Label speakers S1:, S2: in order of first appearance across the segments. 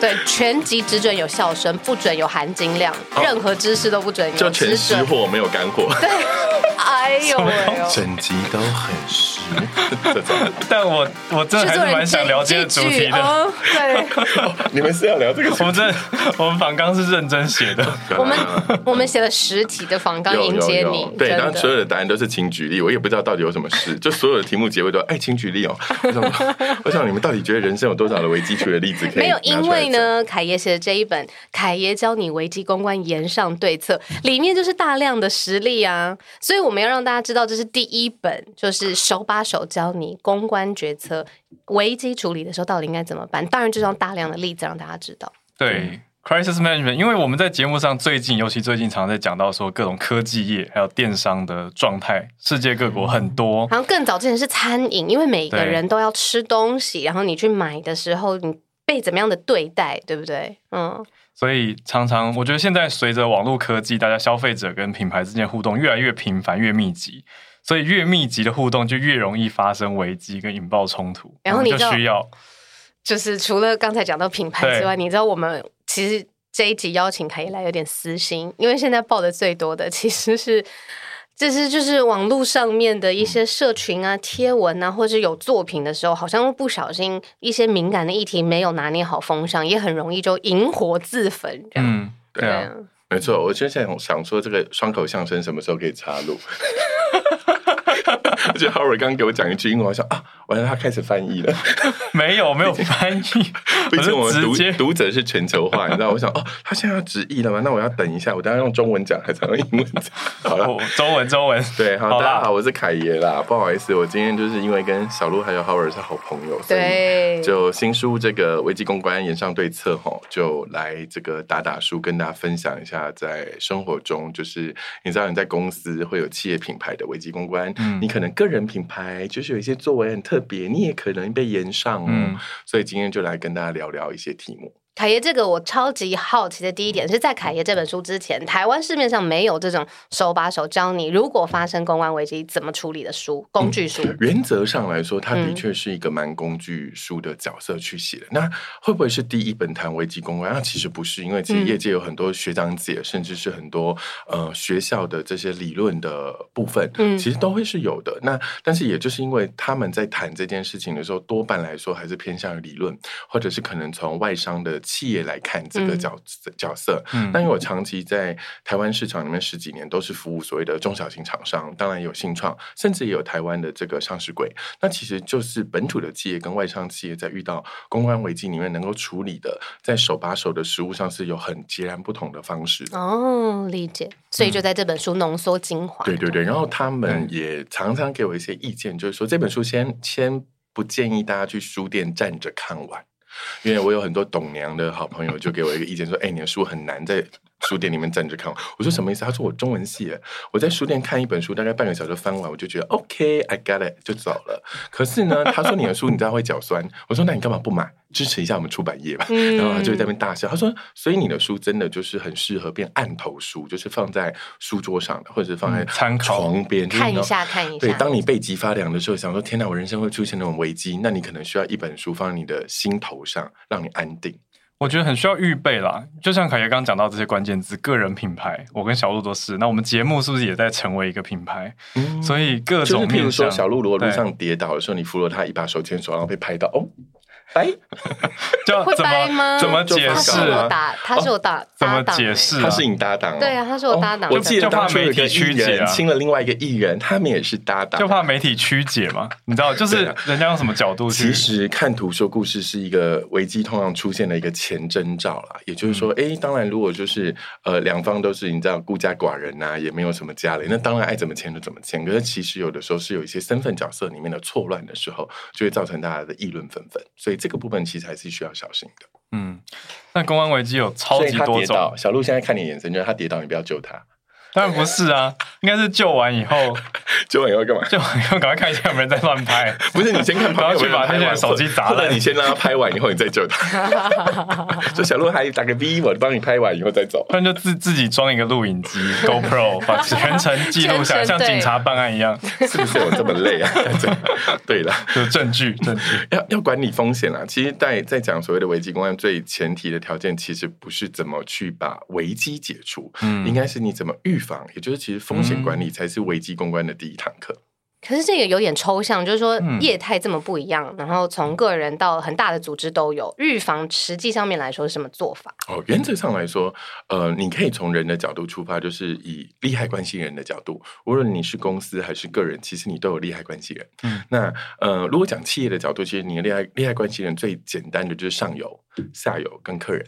S1: 对，全集只准有笑声，不准有含金量，
S2: 哦
S1: 任何知识都不准有，
S2: 就全
S1: 只
S2: 湿
S1: 准。
S2: 货没有干货
S1: 对，哎呦喂呦！
S3: 整集都很湿，
S2: 这种。
S4: 但我我
S1: 哦
S4: 真的还是蛮想聊今天的主题的。
S1: 嗯对，
S2: 你们是要聊这个
S4: 我们真的， 我们反刚是认真写的。
S1: 我们我们写了十题的访纲迎接你，
S2: 对，
S1: 真
S2: 然后所有
S1: 的。
S2: 的答案都是请举例，我也不知道到底有什么事，就所有的题目结尾都哎，请举例哦。我想 说，我想你们到底觉得人生有多少的危机处理的例子可以？
S1: 没有，因为，呢，凯爷写的这一本《凯爷教你危机公关言上对策》里面就是大量的实例啊，所以我们要让大家知道，这是第一本，就是手把手教你公关决策、危机处理的时候到底应该怎么办。当然，就是用大量的例子让大家知道。
S4: 对，crisis management，因为我们在节目上最近，尤其最近常在讲到说各种科技业还有电商的状态，世界各国很多。
S1: 然后更早之前是餐饮，因为每个
S4: 对
S1: 人都要吃东西，然后你去买的时候，你被怎么样的对待，对不对？嗯，
S4: 所以常常，我觉得现在随着网络科技，大家消费者跟品牌之间的互动越来越频繁、越密集，所以越密集的互动就越容易发生危机跟引爆冲突。
S1: 然后你
S4: 我们
S1: 就
S4: 就需要
S1: 就是除了刚才讲到品牌之外，
S4: 对
S1: 你知道我们其实这一集邀请凯伊来有点私心，因为现在报的最多的其实是。 就是就是网络上面的一些社群啊、贴文啊，或是有作品的时候，好像不小心一些敏感的议题没有拿捏好风向，也很容易就引火自焚这样。
S4: 嗯，对啊，，
S2: 没错，我就想想说这个双口相声什么时候可以插 入？我觉得 Howard 刚给我讲一句英文，我想啊，完了他开始翻译了。
S4: 没有没有翻译，
S2: 毕竟我们
S4: 我是
S2: 读
S4: 直接
S2: 读者是全球化，你知道？我想哦，他现在要直译了吗？那我要等一下，我等一下用中文讲，还是要用英文讲？好了，
S4: 哦中文中文，
S2: 对，好，
S4: 好
S2: 大
S4: 啦
S2: 家好，我是凯爷啦。不好意思，我今天就是因为跟小鹿还有 Howard 是好朋友，所以
S1: 对，
S2: 就新书这个危机公关言上对策吼，就来这个打打书，跟大家分享一下，在生活中，就是你知道你在公司会有企业品牌的危机公关，
S4: 嗯
S2: 你可能个人品牌就是有一些作为很特别，你也可能被延上哦。
S4: 嗯
S2: 所以今天就来跟大家聊聊一些题目。
S1: 凯爷这个我超级好奇的第一点是在凯爷这本书之前，台湾市面上没有这种手把手教你如果发生公关危机怎么处理的书工具书。
S2: 原则上来说，它的
S1: 嗯
S2: 确是一个蛮工具书的角色去写的。那会不会是第一本谈危机公关？那其实不是，因为其实
S1: 嗯
S2: 业界有很多学长姐，甚至是很多呃学校的这些理论的部分，
S1: 嗯
S2: 其实都会是有的。那但是也就是因为他们在谈这件事情的时候，多半来说还是偏向于理论，或者是可能从外商的企业来看这个
S1: 嗯
S2: 角、角色。
S4: 嗯
S2: 但因为我长期在台湾市场里面十几年，都是服务所谓的中小型厂商，当然也有新创，甚至也有台湾的这个上市柜。那其实就是本土的企业跟外商企业在遇到公关危机里面能够处理的，在手把手的实务上是有很截然不同的方式。
S1: 哦，理解。所以就在这本书浓缩精华。
S2: 嗯对对对，然后他们也常常给我一些意见，就是说这本书先先不建议大家去书店站着看完，因为我有很多懂娘的好朋友就给我一个意见说，哎，你的书很难在。书店里面站着看，我说什么意思？他说我中文系耶，我在书店看一本书，大概半个小时翻完，我就觉得 OK，I、got it，就走了。可是呢，他说你的书你知道会脚酸，我说那你干嘛不买？支持一下我们出版业吧。
S1: 嗯
S2: 然后他就在那边大笑，他说：“所以你的书真的就是很适合变案头书，就是放在书桌上的，或者是放在
S4: 嗯参考
S2: 床边、就是
S1: 看
S2: 那
S1: 一
S2: 种。”
S1: 下看一
S2: 嗯对，
S1: 下。
S2: 当你背脊发凉的时候，想说“天哪，我人生会出现那种危机”，那你可能需要一本书放在你的心头上，让你安定。
S4: 我觉得很需要预备啦。就像凯爷刚刚讲到这些关键字，个人品牌，我跟小鹿都是。那我们节目是不是也在成为一个品牌？所以
S2: 嗯就
S4: 各
S2: 是
S4: 种
S2: 譬如
S4: 面
S2: 说，
S4: 向，
S2: 小鹿如果路
S4: 对
S2: 上跌倒的时候，你扶了他一把手牵手，然后被拍到，哦，拜。
S4: 就要
S1: 会
S4: 怎
S1: 掰
S4: 么
S1: 吗
S4: 怎么
S2: 就
S4: 解
S1: 他
S4: 释
S1: 是
S2: 放手
S1: 我
S4: 啊？
S1: 搭，他是我搭，
S4: 怎么
S1: 搭档
S4: 解
S1: 欸
S4: 释
S2: 他
S4: 啊？
S2: 是你搭档哦，
S1: 对啊，他是我搭档的。
S2: 我记得
S4: 就怕
S2: 当初有
S4: 媒
S2: 个
S4: 体
S2: 艺
S4: 曲解
S2: 人
S4: 啊
S2: 亲了另外一个艺人，他们也是搭档，
S4: 就怕媒体曲解嘛，你知道，就是
S2: 对啊
S4: 人家用什么角度去
S2: 其，实看图说故事是一个危机通常出现的一个前征兆啦，也就是说，
S4: 嗯
S2: 诶，当然如果就是呃两方都是你知道孤家寡人呐、也没有什么家人，那当然爱怎么签就怎么签。可是其实有的时候是有一些身份角色里面的错乱的时候，就会造成大家的议论纷纷，所以这个部分其实还是需要小心的。
S4: 嗯，那公安危机有超
S2: 所以
S4: 级
S2: 他
S4: 多
S2: 跌倒，
S4: 种，
S2: 小鹿现在看你的眼神就是他跌倒，你不要救他，
S4: 当然不是啊，应该是救完以后，
S2: 救完以后干嘛？
S4: 救完以后赶快看一下有没有人在乱拍，
S2: 不是你先看旁边有没有人
S4: 然后去
S2: 拍
S4: 把那些
S2: 完
S4: 人手机砸
S2: 或者
S4: 烂
S2: 你先让他拍完以后你再救他。 就小鹿还打个 V，我帮你拍完以后再走。
S4: 不然就自自己装一个录影机 GoPro，把全程记录下来，
S1: 全程
S4: 像
S1: 对
S4: 警察办案一样，
S2: 是不是有这么累啊？ 真的对啦，
S4: 有证据证据。
S2: 要要管理风险啦。啊其实在，在讲所谓的危机公关，最前提的条件其实不是怎么去把危机解除，
S4: 嗯
S2: 应该是你怎么预防，也就是其实风险管理才是危机公关的第一堂课。
S1: 可是这个有点抽象，就是说
S4: 嗯
S1: 业态这么不一样，然后从个人到很大的组织都有。预防实际上面来说是什么做法？
S2: 哦，原则上来说，呃，你可以从人的角度出发，就是以利害关系人的角度，无论你是公司还是个人，其实你都有利害关系人。
S4: 嗯，
S2: 那呃，如果讲企业的角度，其实你的利害利害关系人最简单的就是上游、下游跟客人。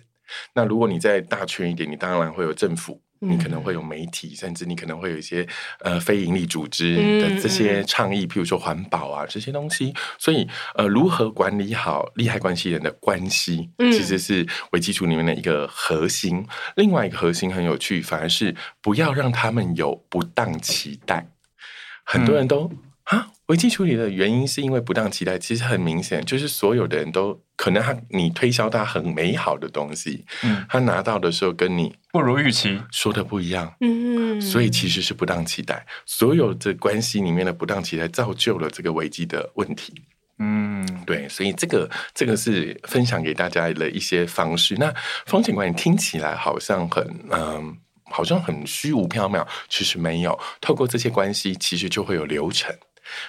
S2: 那如果你再大圈一点，你当然会有政府。你可能会有媒体，甚至你可能会有一些呃非营利组织的这些倡议，譬如说环保啊这些东西。所以呃，如何管理好利害关系人的关系，
S1: 嗯
S2: 其实是为基础里面的一个核心。另外一个核心很有趣，反而是不要让他们有不当期待。
S1: 嗯
S2: 很多人都啊，危机处理的原因是因为不当期待，其实很明显，就是所有的人都可能他你推销他很美好的东西，
S4: 嗯
S2: 他拿到的时候跟你
S4: 不如预期，
S2: 说的不一样。
S1: 嗯
S2: 所以其实是不当期待，所有的关系里面的不当期待造就了这个危机的问题。
S4: 嗯，
S2: 对，所以这个这个是分享给大家的一些方式。那风险管理听起来好像很嗯、好像很虚无缥缈，其实没有。透过这些关系，其实就会有流程。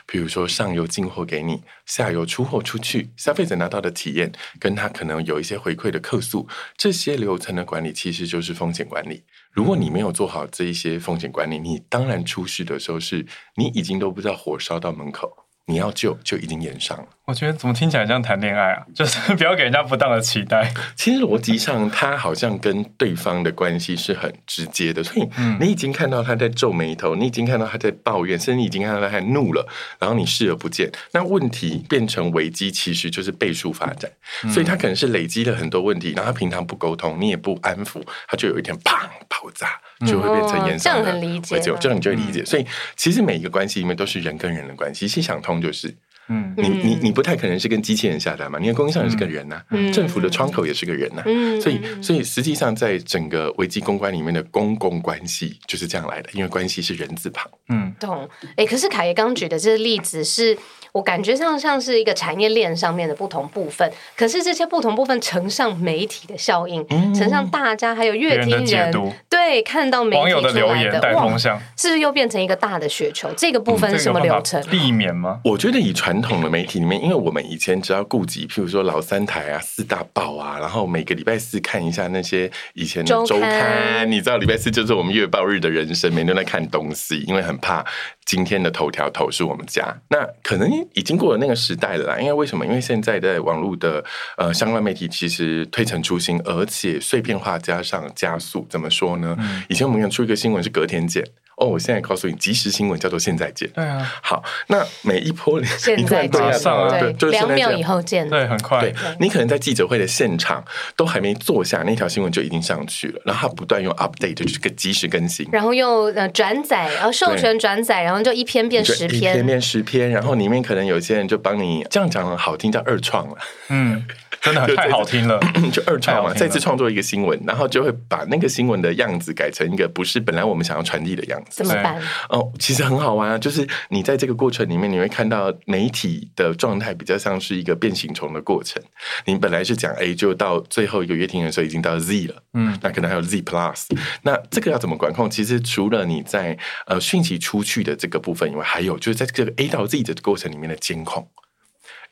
S2: 比如说，上游进货给你，下游出货出去，消费者拿到的体验跟他可能有一些回馈的客诉，这些流程的管理其实就是风险管理。如果你没有做好这一些风险管理，你当然出事的时候是你已经都不知道火烧到门口，你要救就已经延上了。
S4: 我觉得怎么听起来像谈恋爱啊？ 就是不要给人家不当的期待。
S2: 其实逻辑上，他好像跟对方的关系是很直接的，所以
S4: 嗯
S2: 你已经看到他在皱眉头，你已经看到他在抱怨，甚至你已经看到他在怒了，然后你视而不见。那问题变成危机，其实就是倍数发展，
S1: 嗯
S2: 所以他可能是累积了很多问题，然后他平常不沟通，你也不安抚，他就有一天砰爆炸，就会变成
S1: 哦
S2: 延上
S1: 这
S2: 的
S1: 样很理解嗯
S2: 危机
S1: 吗
S2: 这样你就会理解。所以其实每一个关系里面都是人跟人的关系，先想通就是。
S4: 嗯
S2: 你你
S1: 嗯
S2: 你不太可能是跟机器人下单嘛，你的供应商也是个人呐、
S1: 嗯
S2: 政府的窗口也是个人呐、
S1: 嗯
S2: 所以所以实际上在整个危机公关里面的公共关系就是这样来的，因为关系是人字旁。
S4: 嗯，
S1: 懂，哎，可是凯爷刚举的这个例子是，我感觉上像是一个产业链上面的不同部分，可是这些不同部分乘上媒体的效应，乘上大家还有
S4: 嗯别
S1: 乐
S4: 人
S1: 听
S4: 的解读，
S1: 对看到媒体
S4: 网友的
S1: 出
S4: 留
S1: 来
S4: 言
S1: 的
S4: 带
S1: 哇
S4: 风向，嗯
S1: 是不是又变成一个大的雪球？这个部分
S4: 这
S1: 是
S4: 个
S1: 什
S4: 有
S1: 么
S4: 办法
S1: 流程？啊
S4: 避免吗？
S2: 我觉得以传统的媒体里面，因为我们以前只要顾及，譬如说老三台啊、四大报啊，然后每个礼拜四看一下那些以前的周
S1: 周
S2: 刊，
S1: 刊
S2: 你知道礼拜四就是我们月报日的人生，每天都在看东西，因为很怕今天的头条投是我们家。那可能已经过了那个时代了啦，因为为什么？因为现在在网络的呃相关媒体其实推陈出新，而且碎片化加上加速，怎么说呢？
S1: 嗯
S2: 以前我们可能出一个新闻是隔天见。哦，我现在告诉你，即时新闻叫做现在见。
S4: 对啊，
S2: 好，那每一波你
S1: 现
S2: 你突然
S1: 在
S2: 对
S4: 马
S2: 啊
S4: 上啊
S2: 对，就是
S1: 两
S2: 现在
S1: 秒
S2: 这样
S1: 以。后见。
S4: 对，很快
S2: 对。你可能在记者会的现场都还没坐下，那条新闻就已经上去了，然后他不断用 update 就是个及时更新，
S1: 然后又呃转载，然后授权转载，然后就一篇变
S2: 就
S1: 十
S2: 一篇
S1: 篇，
S2: 变十篇，然后里面可能有些人就帮你这样讲好听叫二创了，
S4: 嗯，真的很
S2: 就这
S4: 太
S2: 次
S4: 好听了。
S2: 就二创
S4: 太好
S2: 嘛，
S4: 听
S2: 再次
S4: 了
S2: 创作一个新闻，然后就会把那个新闻的样子改成一个不是本来我们想要传递的样子。
S1: 怎么办？
S2: 哦，其实很好玩啊，就是你在这个过程里面，你会看到媒体的状态比较像是一个变形虫的过程。你本来是讲 A，就到最后一个乐听的时候已经到 Z 了，
S4: 嗯，
S2: 那可能还有 Z Plus。那这个要怎么管控？其实除了你在呃讯息出去的这个部分以外，还有就是在这个 A 到 Z 的过程里面的监控。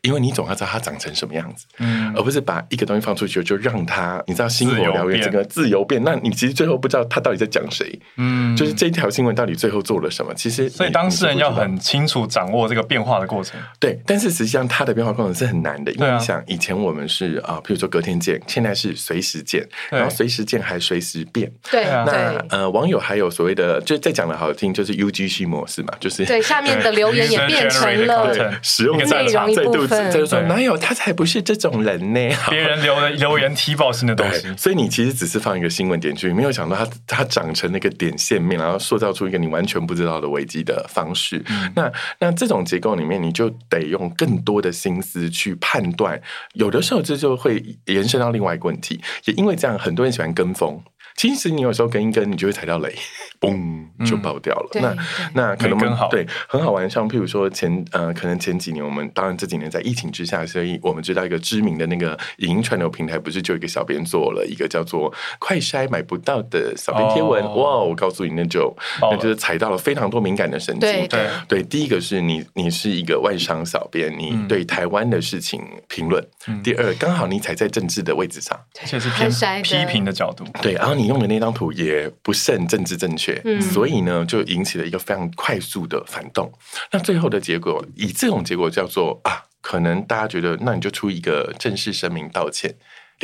S2: 因为你总要知道它长成什么样子，
S4: 嗯
S2: 而不是把一个东西放出去就让它，你知道星火
S4: 自由
S2: 燎原
S4: 变
S2: 整个自由变，那你其实最后不知道它到底在讲谁，
S4: 嗯，
S2: 就是这条新闻到底最后做了什么？其实你，
S4: 所以当事人要
S2: 你是不知道
S4: 很清楚掌握这个变化的 过程。
S2: 对，但是实际上它的变化过程是很难的，因
S4: 对
S2: 为
S4: 啊
S2: 你想，以前我们是啊、呃，譬如说隔天见，现在是随时见，
S4: 对
S2: 然后随时见还随时变。
S1: 对
S4: 对啊
S2: 那
S1: 对
S2: 呃，网友还有所谓的，就是再讲的好听，就是 UGC 模式嘛，就是
S1: 对，下面的留言也变成
S4: User generated
S1: 了
S4: content
S2: 使用
S4: 一个
S1: 内
S2: 战
S1: 容
S2: 场
S1: 一
S2: 再
S1: 部
S2: 度指
S1: 分
S2: 就是说
S4: 对
S2: 哪有他才不是这种人呢？
S4: 别人留的留言踢爆性的东西
S2: 对，，所以你其实只是放一个新闻点去，没有想到它它长成了一个点线面，然后塑造出一个你完全不知道的危机的方式。
S4: 嗯
S2: 那那这种结构里面，你就得用更多的心思去判断。有的时候这就会延伸到另外一个问题，也因为这样，很多人喜欢跟风。其实你有时候跟一跟，你就会踩到雷，嘣
S4: 嗯
S2: 就爆掉了。
S1: 对
S2: 那 那可能
S4: 没
S2: 我
S4: 跟
S2: 们
S4: 好
S2: 对很好玩，像譬如说前呃，可能前几年我们当然这几年在疫情之下，所以我们知道一个知名的那个影音串流平台，不是就有一个小编做了一个叫做“快筛买不到”的小编贴文，
S4: 哦
S2: 哇！我告诉你，那就
S4: 爆了
S2: 那就是踩到了非常多敏感的神
S1: 对
S2: 经。
S1: 对
S4: 对
S2: 对，第一个是你，你是一个外商小编，你
S4: 嗯
S2: 对台湾的事情评论；
S4: 嗯
S2: 第二，刚好你踩在政治的位置上，
S4: 而且是
S1: 很筛
S4: 偏
S1: 的
S4: 批评的角度，
S2: 对，然后你用的那张图也不甚政治正确，
S1: 嗯
S2: 所以呢，就引起了一个非常快速的反动。那最后的结果，以这种结果叫做啊，可能大家觉得，那你就出一个正式声明道歉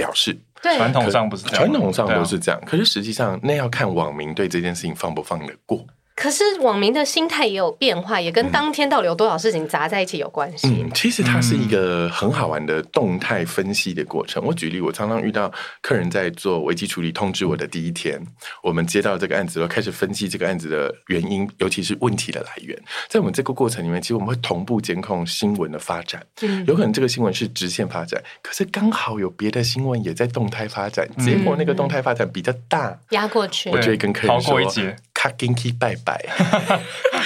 S2: 了事。
S1: 对
S4: 传统上不是这样，
S2: 传统上
S4: 对啊
S2: 都是这样，可是实际上那要看网民对这件事情放不放得过。
S1: 可是网民的心态也有变化，也跟当天到底有多少事情砸在一起有关系。
S2: 嗯，其实它是一
S4: 嗯
S2: 个很好玩的动态分析的过程。我举例，我常常遇到客人在做危机处理通知我的第一天，我们接到这个案子后，开始分析这个案子的原因，尤其是问题的来源。在我们这个过程里面，其实我们会同步监控新闻的发展，
S1: 嗯，
S2: 有可能这个新闻是直线发展，可是刚好有别的新闻也在动态发展，结果那个动态发展比较大，
S1: 压过去
S2: 我
S4: 嗯对
S2: 就会跟客
S4: 逃
S2: 人说
S4: 过一劫，
S2: 卡金基拜拜。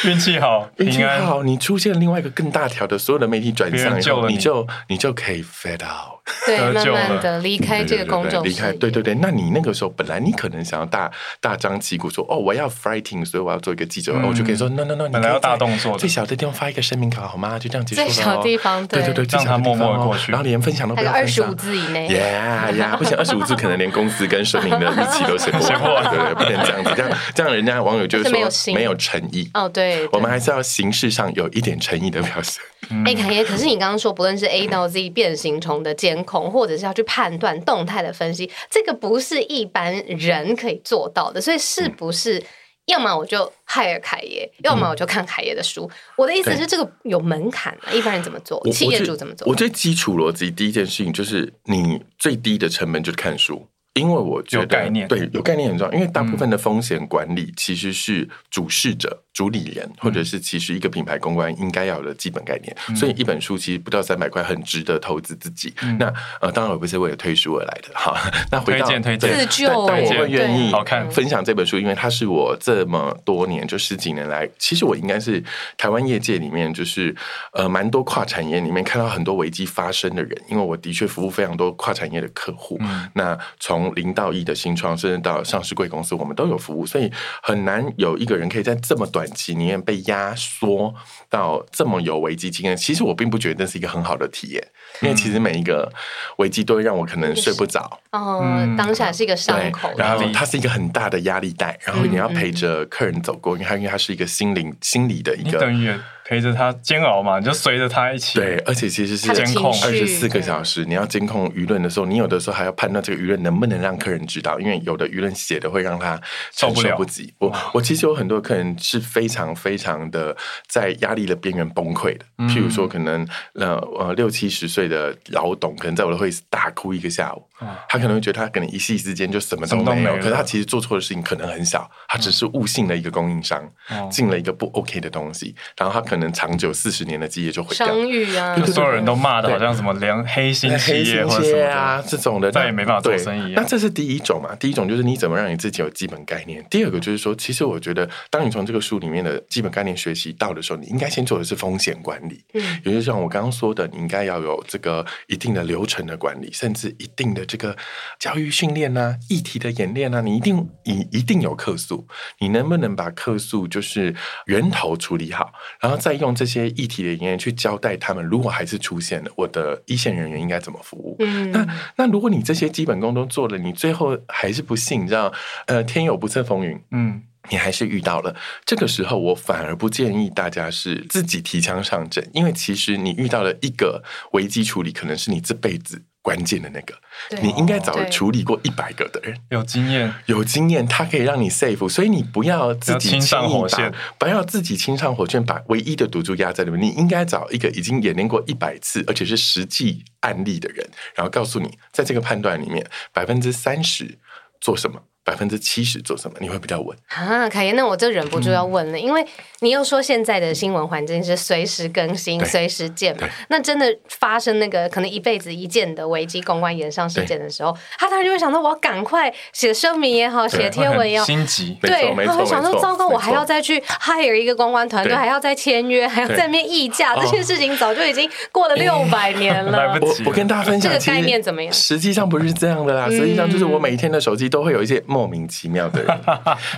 S4: 运气好，
S2: 运气
S4: 平安，
S2: 好，你出现另外一个更大条的，所有的媒体转
S4: 别
S2: 向
S4: 人
S2: 以
S4: 救
S2: 后，
S4: 了
S2: 你
S4: 你
S2: 就你就可以 fade out，
S1: 对，
S4: 得
S1: 慢
S4: 救
S1: 慢
S4: 了
S1: 的离开这个公众
S2: 离
S1: 视
S2: 开，
S1: 野，
S2: 对对对。那你那个时候本来你可能想要大大张旗鼓说，哦，我要 fighting，所以我要做一个记者，
S4: 嗯
S2: 哦我就可以说，no no no，你
S4: 本来
S2: 可以
S4: 要大
S2: 在
S4: 动作的
S2: 最小的地方发一个声明稿好吗？就这样结束了
S1: 最
S2: 哦。
S1: 小地方，
S2: 对对对，最
S4: 让
S2: 小的地
S4: 它默默
S2: 方哦
S4: 地过去
S2: 然后连分享都
S1: 大
S2: 不
S1: 概
S2: 要
S1: 二
S2: 分
S1: 十
S2: 享
S1: 五。字以内，
S2: 呀呀，不行，二十五字可能连公司跟声明的日期都写不
S4: 写不
S2: 完，
S4: 完
S2: 对对，不能这样子，这样这样人家网友就
S1: 这
S2: 是
S1: 没有
S2: 说
S1: 心
S2: 没有诚意。
S1: 哦，对，
S2: 我们还是要形式上有一点诚意的表现。
S1: 哎，凯爷，可是你刚刚说，不论是 A 到 Z 变形虫的监控，或者是要去判断动态的分析，这个不是一般人可以做到的。所以是
S2: 嗯
S1: 不是，要么我就 hire 凯爷，要么我就看凯爷的书。我的意思
S2: 对
S1: 是，这个有门槛啊，一般人怎么做
S2: 我，
S1: 企业
S2: 我
S1: 主
S2: 最
S1: 怎么做
S2: 我？最基础逻辑，第一件事情就是你最低的成本就是看书，因为我觉得
S4: 有概念嗯
S2: 对，有概念很重要。因为大部分的风险管理其实是主事者、主理人，或
S4: 嗯
S2: 者是其实一个品牌公关应该要有的基本概念。所以一本书其实不到三百块，很值得投资自己。那呃，当然我不是为了推书而来的，好， 那回到
S4: 嗯推荐推荐
S2: 对
S1: 自救
S2: 但但我
S4: 推
S2: 会
S4: 荐
S2: 愿意
S4: 好
S1: 哦嗯
S4: 看
S2: 分享这本书，因为它是我这么多年就十几年来，其实我应该是台湾业界里面就是呃蛮多跨产业里面看到很多危机发生的人，因为我的确服务非常多跨产业的客户。那从零到一的新创，甚至到上市贵公司，我们都有服务，所以很难有一个人可以在这么短期里面被压缩到这么有危机经验。其实我并不觉得这是一个很好的体验，因为其实每一个危机都会让我可能睡不着。
S1: 嗯，
S4: 嗯
S1: 当下是一个
S2: 对
S1: 伤口，，嗯
S2: 然后
S4: 压力
S2: 它是一个很大的压力带，然后你要陪着客人走过，因为它因为它是一个心灵心理的一
S4: 你
S2: 个
S4: 等于也陪着他煎熬嘛，你就随着他一起，
S2: 对，而且其实是
S1: 他的
S4: 监控
S1: 情
S2: 二
S1: 绪
S2: 十四个小时，你要监控舆论的时候，你有的时候还要判断这个舆论能不能让客人知道，因为有的舆论写的会让他承受不及。我我其实有很多客人是非常非常的在压力的边缘崩溃的，譬如说可能呃呃六七十岁的老董，可能在我的会议室大哭一个下午，他可能会觉得他可能一夕之间就什么都
S4: 什么都
S2: 没
S4: 没
S2: 有，
S4: 了
S2: 可是他其实做错的事情可能很小，他只是误信了一个供应商，
S4: 哦
S2: 进了一个不 OK 的东西，然后他可能长久四十年的基业就毁掉了。
S1: 商誉啊，
S4: 就所有人都骂的
S2: 对
S4: 好像什么良黑心
S2: 黑
S4: 企业
S2: 心
S4: 或者
S2: 企
S4: 什
S2: 业
S4: 么
S2: 啊
S4: 的，
S2: 这种的，
S4: 再也没办法做
S2: 对
S4: 生意啊
S2: 那这是第一种嘛？第一种就是你怎么让你自己有基本概念。第二个就是说，其实我觉得，当你从这个书里面的基本概念学习到的时候，你应该先做的是风险管理。
S1: 嗯，
S2: 也就是像我刚刚说的，你应该要有这个一定的流程的管理，甚至一定的这个教育训练呐、议题的演练呐、啊你一定你一定有客诉，你能不能把客诉就是源头处理好，然后再用这些议题的演练去交代他们，如果还是出现了，我的一线人员应该怎么服务？
S1: 嗯
S2: 那那如果你这些基本功都做了，你最后还是不信，这样呃天有不测风云，
S4: 嗯，
S2: 你还是遇到了。这个时候，我反而不建议大家是自己提枪上阵，因为其实你遇到了一个危机处理，可能是你这辈子关键的那个。
S1: 对
S2: 你应该早
S1: 对
S2: 处理过一百个的人，
S4: 有经验，
S2: 有经验，它可以让你 safe。所以你不要自己
S4: 不要亲上
S2: 轻易
S4: 火
S2: 把
S4: 线，
S2: 不要自己亲上火线，把唯一的赌注压在里面。你应该找一个已经演练过一百次，而且是实际案例的人，然后告诉你，在这个判断里面，百分之三十做什么，百分之七十做什么，你会比较稳。
S1: 啊，凯爷，那我就忍不住要
S2: 嗯
S1: 问了，因为你又说现在的新闻环境是随时更新、
S2: 对
S1: 随时见嘛
S2: 对，
S1: 那真的发生那个可能一辈子一见的危机公关延上事件的时候，他当然就会想到我要赶快写声明也好， 写贴文也
S4: 会很
S1: 好。
S4: 心急，
S2: 没
S1: 对
S2: 错，没
S1: 他
S2: 错，
S1: 会想
S2: 没
S1: 说：
S2: 错
S1: 糟糕，
S2: 没
S1: 我还
S2: 错
S1: 要再去 hire 一个公关团队，
S2: 对
S1: 还要再签约，还要
S2: 对
S1: 在面议价，这
S2: 哦
S1: 些事情早就已经过了六 百年
S4: 来
S1: 了
S4: 不。
S2: 我我跟大家分
S1: 这
S2: 享，
S1: 个
S2: 其实
S1: 概念怎么样嗯
S2: 实际上不是这样的啦，实际上就是我每天的手机都会有一些莫名其妙的 人，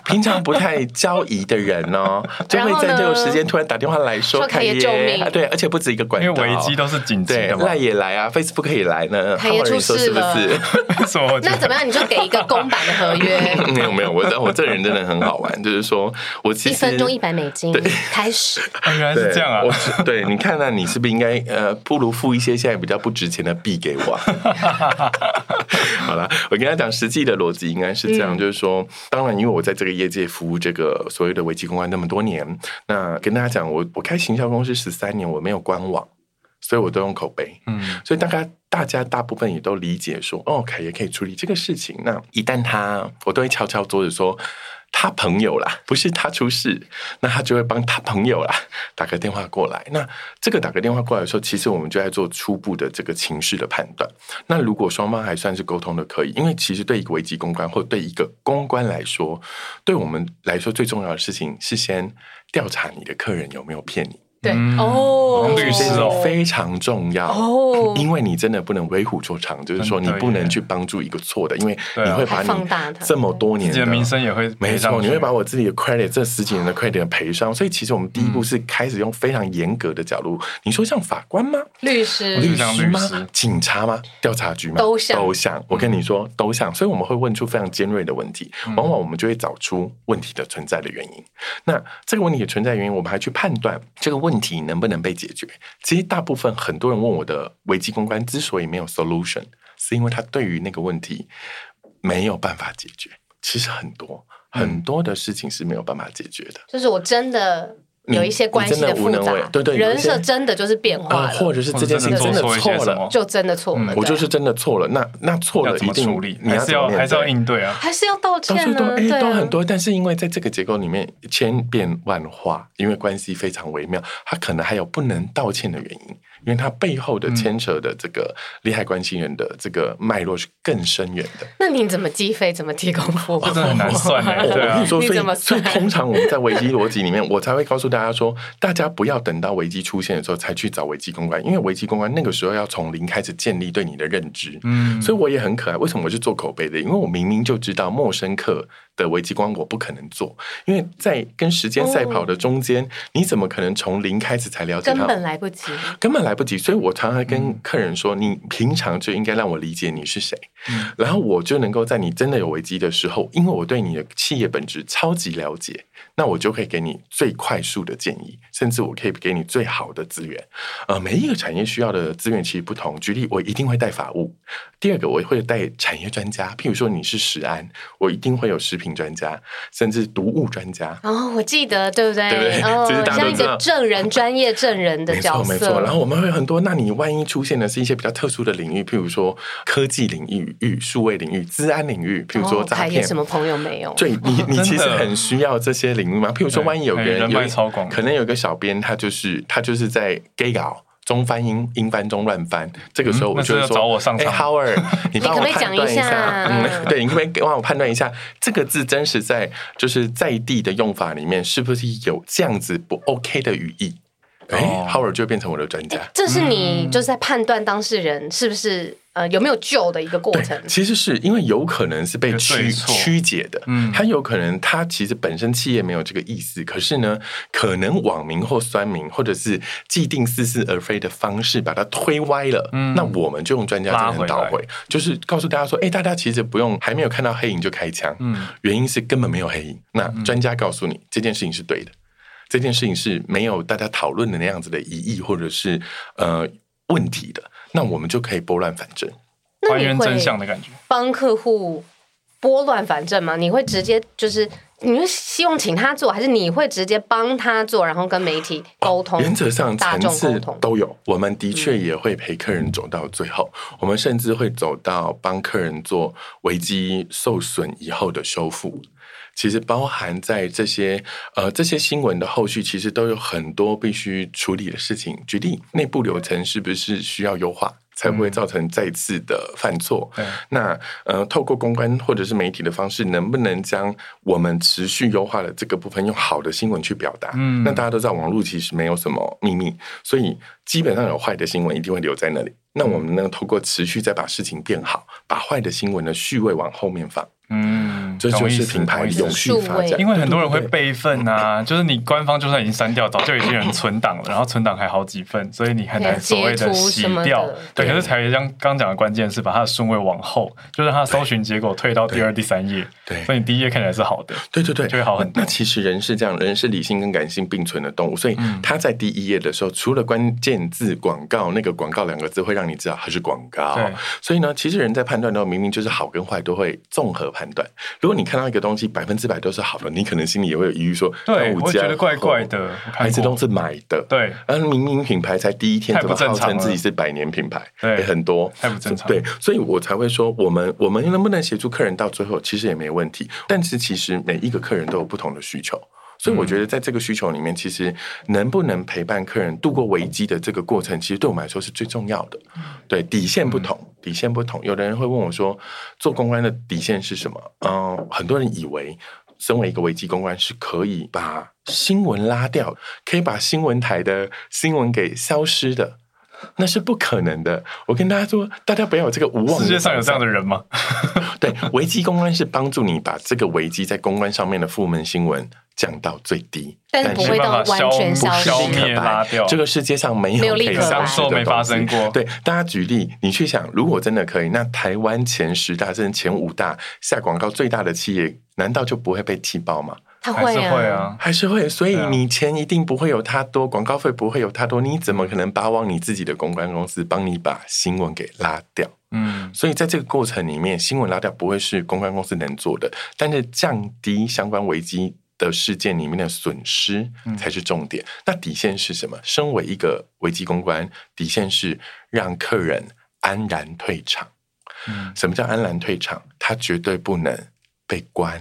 S2: 平常不太交易的人哦，就会在这种时间突然打电话来
S1: 说
S2: 说：“
S1: 可
S2: 凯
S1: 以
S2: 爷
S1: 救命，
S2: 对，而且不止一个管
S4: 因为
S2: 道，
S4: 危机都是紧急
S2: 对
S4: 的嘛，
S2: 赖也来啊，Facebook 也来呢，
S1: 凯爷
S2: 浩然
S1: 出
S2: 你说
S1: 事
S2: 是不
S1: 了
S2: 是？
S4: 为什么我觉
S1: 那
S4: 得
S1: 怎么样？你就给一个公版的合约，
S2: 没有没有，我我这人真的很好玩，就是说我 其
S1: 一
S2: 实嗯
S1: 分钟一百美金，开始。
S4: 啊原来
S2: 对
S4: 是这样啊
S2: 我！是对，你看呢、你是不是应该呃，不如付一些现在比较不值钱的币给 我、 啊？好了，我跟他讲实际的逻辑应该是这样，就是说，当然，因为我在这个业界服务这个所谓的危机公关那么多年，那跟大家讲，我我开行销公司十三年，我没有官网，所以我都用口碑。
S4: 嗯，
S2: 所以大概大家大部分也都理解说，哦，凯爷可以处理这个事情。那一旦他，我都会敲敲桌子说。他朋友啦，不是他出事，那他就会帮他朋友啦打个电话过来。那这个打个电话过来的时候，其实我们就在做初步的这个情绪的判断。那如果双方还算是沟通的，可以，因为其实对一个危机公关或对一个公关来说，对我们来说最重要的事情是先调查你的客人有没有骗你。
S1: 对
S4: 嗯
S1: 哦，
S4: 律师哦
S2: 非常重要
S1: 哦
S2: 因为你真的不能为虎作伥，就是说
S4: 真
S2: 你
S4: 的
S2: 不
S4: 耶
S2: 能去帮助一个错的，因为
S4: 对啊
S2: 你会把
S1: 还放
S2: 你
S1: 大它
S2: 这么多年
S4: 自己的名声也会
S2: 没
S4: 赔上
S2: 错，
S4: 去
S2: 你会把我自己的 credit 这十几年的 credit 赔上，所以其实我们第一
S4: 嗯
S2: 步是开始用非常严格的角度。你说像法官吗？
S1: 律师
S4: 律
S2: 律
S4: 像
S2: 师吗
S4: 律师？
S2: 警察吗？调查局吗？
S1: 都嗯像
S2: 都像。我跟你说，都像。所以我们会问出非常尖锐的问题，
S1: 嗯
S2: 往往我们就会找出问题的存在的原因。那这个问题的存在原因，我们还去判断这个问题能不能被解决。其实大部分很多人问我的危机公关之所以没有 solution，是因为他对于那个问题没有办法解决。其实很多很多的事情是没有办法解决的。
S1: 就是我真的有一些关系
S2: 你真的
S1: 复
S2: 无能
S1: 杂
S2: 为，对对有一
S1: 人设
S2: 些
S1: 真的就是变化
S2: 呃，
S1: 了，
S2: 或者是这件事情
S4: 或
S2: 真的
S4: 者真的做错一些
S2: 错
S4: 什
S2: 了
S4: 么，
S1: 就真的错了。
S2: 我就是
S1: 对
S2: 真的错了，那那错
S4: 要
S2: 了
S4: 怎
S2: 一
S4: 么
S2: 定
S4: 处理？
S2: 你
S4: 还是要
S2: 怎么面对
S4: 还是要应对啊？
S1: 还是要道
S2: 到
S1: 歉
S2: 处都
S1: 呢，
S2: 哎、
S1: 对
S2: 都
S1: 啊
S2: 很，多，但是因为在这个结构里面千变万化，因为关系非常微妙，它可能还有不能道歉的原因，因为它背后
S4: 嗯
S2: 的牵扯的这个利害关系人的这个脉络是更深远的。
S1: 那你怎么计费？怎么提供服
S2: 哦
S1: 务
S4: 这？真的很难算哎，
S2: 我
S4: 对
S2: 跟
S4: 啊
S2: 你，说，
S1: 你
S2: 所
S1: 怎么
S2: 以所以
S1: 算
S2: 通常我们在危机逻辑里面，我才会告诉大家说，大家不要等到危机出现的时候才去找危机公关，因为危机公关那个时候要从零开始建立对你的认知。
S4: 嗯，
S2: 所以我也很可爱。为什么我是做口碑的？因为我明明就知道陌生客的危机观我不可能做，因为在跟时间赛跑的中间，你怎么可能从零开始才了解
S1: 根
S2: 他？
S1: 本来不及。
S2: 根本来不及，所以我常常跟客人说，你平常就应该让我理解你是谁，
S4: 嗯
S2: 然后我就能够在你真的有危机的时候，因为我对你的企业本质超级了解，那我就可以给你最快速的建议，甚至我可以给你最好的资源。呃，每一个产业需要的资源其实不同。举例，我一定会带法务；第二个，我会带产业专家，譬如说你是食安，我一定会有食品专家，甚至毒物专家。
S1: 哦，我记得，对不对？
S2: 对不对
S1: 哦
S2: 这是，大
S1: 像
S2: 家都
S1: 一
S2: 知道
S1: 个证人、专业证人的
S2: 没
S1: 角
S2: 错，
S1: 色，
S2: 没错。然后我们会有很多，那你万一出现的是一些比较特殊的领域，譬如说科技领域、与数位领域、治安领域，譬如说
S1: 哦
S2: 诈
S1: 还有
S2: 骗。
S1: 什么朋友没有？
S2: 对你，你其实
S4: 真的
S2: 很需要这些领域嘛？譬如说，
S4: 对
S2: 万一有个
S4: 哎
S2: 人
S4: 人
S2: 有
S4: 脉
S2: 一
S4: 超广
S2: 可能有个小编，他就是他就是在 gay 搞中翻英英翻中乱翻，这个时候
S4: 嗯
S2: 我就
S4: 那
S2: 会
S4: 这就
S2: 说，
S4: 找我上
S2: 哎
S4: 场
S2: ，Howard，你帮
S1: 你可不
S2: 我
S1: 可以
S2: 判
S1: 讲一
S2: 断
S1: 下
S2: 嗯
S1: 嗯，
S2: 对，你可不可以给帮我判断一下这个字真实在就是在地的用法里面是不是有这样子不 OK 的语义？哎
S4: 哦
S2: ，Howard 就变成我的专家。
S1: 这是你
S2: 嗯
S1: 就是在判断当事人是不是呃有没有救的一个过
S2: 对
S1: 程，。
S2: 其实是因为有可能是被
S4: 有对
S2: 曲
S4: 错
S2: 曲解的，
S4: 嗯
S2: 他有可能他其实本身企业没有这个意思，可是呢，可能网民或酸民或者是既定似是而非的方式把它推歪了，
S4: 嗯
S2: 那我们就用专家
S4: 拉
S2: 精神
S4: 回
S2: 倒
S4: 来
S2: 回，就是告诉大家说，哎、大家其实不用还没有看到黑影就开枪，
S4: 嗯，
S2: 原因是根本没有黑影，那专家告诉你这件事情是对的，这件事情是没有大家讨论的那样子的疑义或者是呃问题的，那我们就可以拨乱反正。
S1: 那
S4: 还
S1: 你
S4: 原
S1: 会
S4: 真相的感觉。
S1: 帮客户拨乱反正吗？你会直接就是你会希望请他做，还是你会直接帮他做，然后跟媒体沟通？
S2: 哦原则上
S1: 大
S2: 层
S1: 众沟
S2: 次
S1: 通。
S2: 都有，我们的确也会陪客人走到最后，我们甚至会走到帮客人做危机受损以后的修复。其实包含在这些呃这些新闻的后续，其实都有很多必须处理的事情。举例，内部流程是不是需要优化，才不会造成再次的犯错？
S4: 嗯对
S2: 那呃，透过公关或者是媒体的方式，能不能将我们持续优化的这个部分，用好的新闻去表达？
S4: 嗯
S2: 那大家都知道，网络其实没有什么秘密，所以基本上有坏的新闻一定会留在那里。那我们呢，透过持续再把事情变好，把坏的新闻的序位往后面放，
S4: 嗯，
S2: 这就
S4: 懂意
S2: 是
S4: 思
S2: 品牌
S4: 懂意思
S2: 永续发
S1: 数位
S2: 展。
S4: 因为很多人会
S2: 对对对
S4: 备份啊，就是你官方就算已经删掉，早就已经有人存档了，然后存档还好几份，所以你很难所谓的
S1: 截图
S4: 洗掉
S1: 什么的。
S4: 对，
S2: 对
S4: 可是才刚刚讲的关键是把它的顺位往后，就让它的搜寻结果退到第二、第三页，
S2: 对
S4: 所以你第一页看起来是好的，
S2: 对对对，
S4: 就会好很
S2: 那
S4: 多
S2: 那其实人是这样，人是理性跟感性并存的动物，所以
S4: 嗯
S2: 他在第一页的时候，除了关键字广告，那个广告两个字会让你知道它是广告
S4: 对。
S2: 所以呢，其实人在判断的时候，明明就是好跟坏都会综合判断。如果你看到一个东西百分之百都是好的，你可能心里也会有疑虑说，
S4: 对
S2: 那
S4: 我
S2: 家
S4: 觉得怪怪的我看过
S2: 还是都是买的。
S4: 对，
S2: 而明明嗯品牌才第一天，
S4: 太
S2: 怎
S4: 不
S2: 么号
S4: 正常
S2: 称自
S4: 了
S2: 己是百年品牌？
S4: 对
S2: 也很多
S4: 太不正常
S2: 对，所以我才会说，我们我们能不能协助客人到最后，其实也没问题。但是其实每一个客人都有不同的需求，所以我觉
S4: 嗯
S2: 得在这个需求里面，其实能不能陪伴客人度过危机的这个过程，其实对我们来说是最重要的。对，底线
S4: 嗯
S2: 不同，底线不同。有的人会问我说，做公关的底线是什么？嗯、很多人以为。身为一个危机公关，是可以把新闻拉掉，可以把新闻台的新闻给消失的，那是不可能的。我跟大家说，大家不要有这个无望。
S4: 世界上有这样
S2: 的
S4: 的人吗？
S2: 想法， 对危机公关是帮助你把这个危机在公关上面的负面新闻降到最低，
S1: 但是不会
S4: 没办法
S1: 到完全
S4: 消
S1: 消
S4: 消
S1: 失
S2: 立刻
S4: 灭拉
S2: 白
S4: 掉
S2: 这个世界上没
S1: 没有
S2: 有可
S1: 立
S2: 以
S1: 刻白
S2: 消
S4: 享
S2: 失的
S4: 受没发生
S2: 东西
S4: 过。
S2: 对，大家举例，你去想，如果真的可以，那台湾前十大甚至前五大下广告最大的企业，难道就不会被踢爆吗？
S1: 他
S4: 还
S1: 会
S4: 是
S1: 啊，
S4: 会啊，
S2: 还是会，所以
S4: 对啊
S2: 你钱一定不会有他多，广告费不会有他多，你怎么可能巴望你自己的公关公司帮你把新闻给拉掉？
S4: 嗯，
S2: 所以在这个过程里面，新闻拉掉不会是公关公司能做的，但是降低相关危机的事件里面的损失
S4: 嗯
S2: 才是重点。那底线是什么？身为一个危机公关，底线是让客人安然退场。
S4: 嗯
S2: 什么叫安然退场？他绝对不能被关，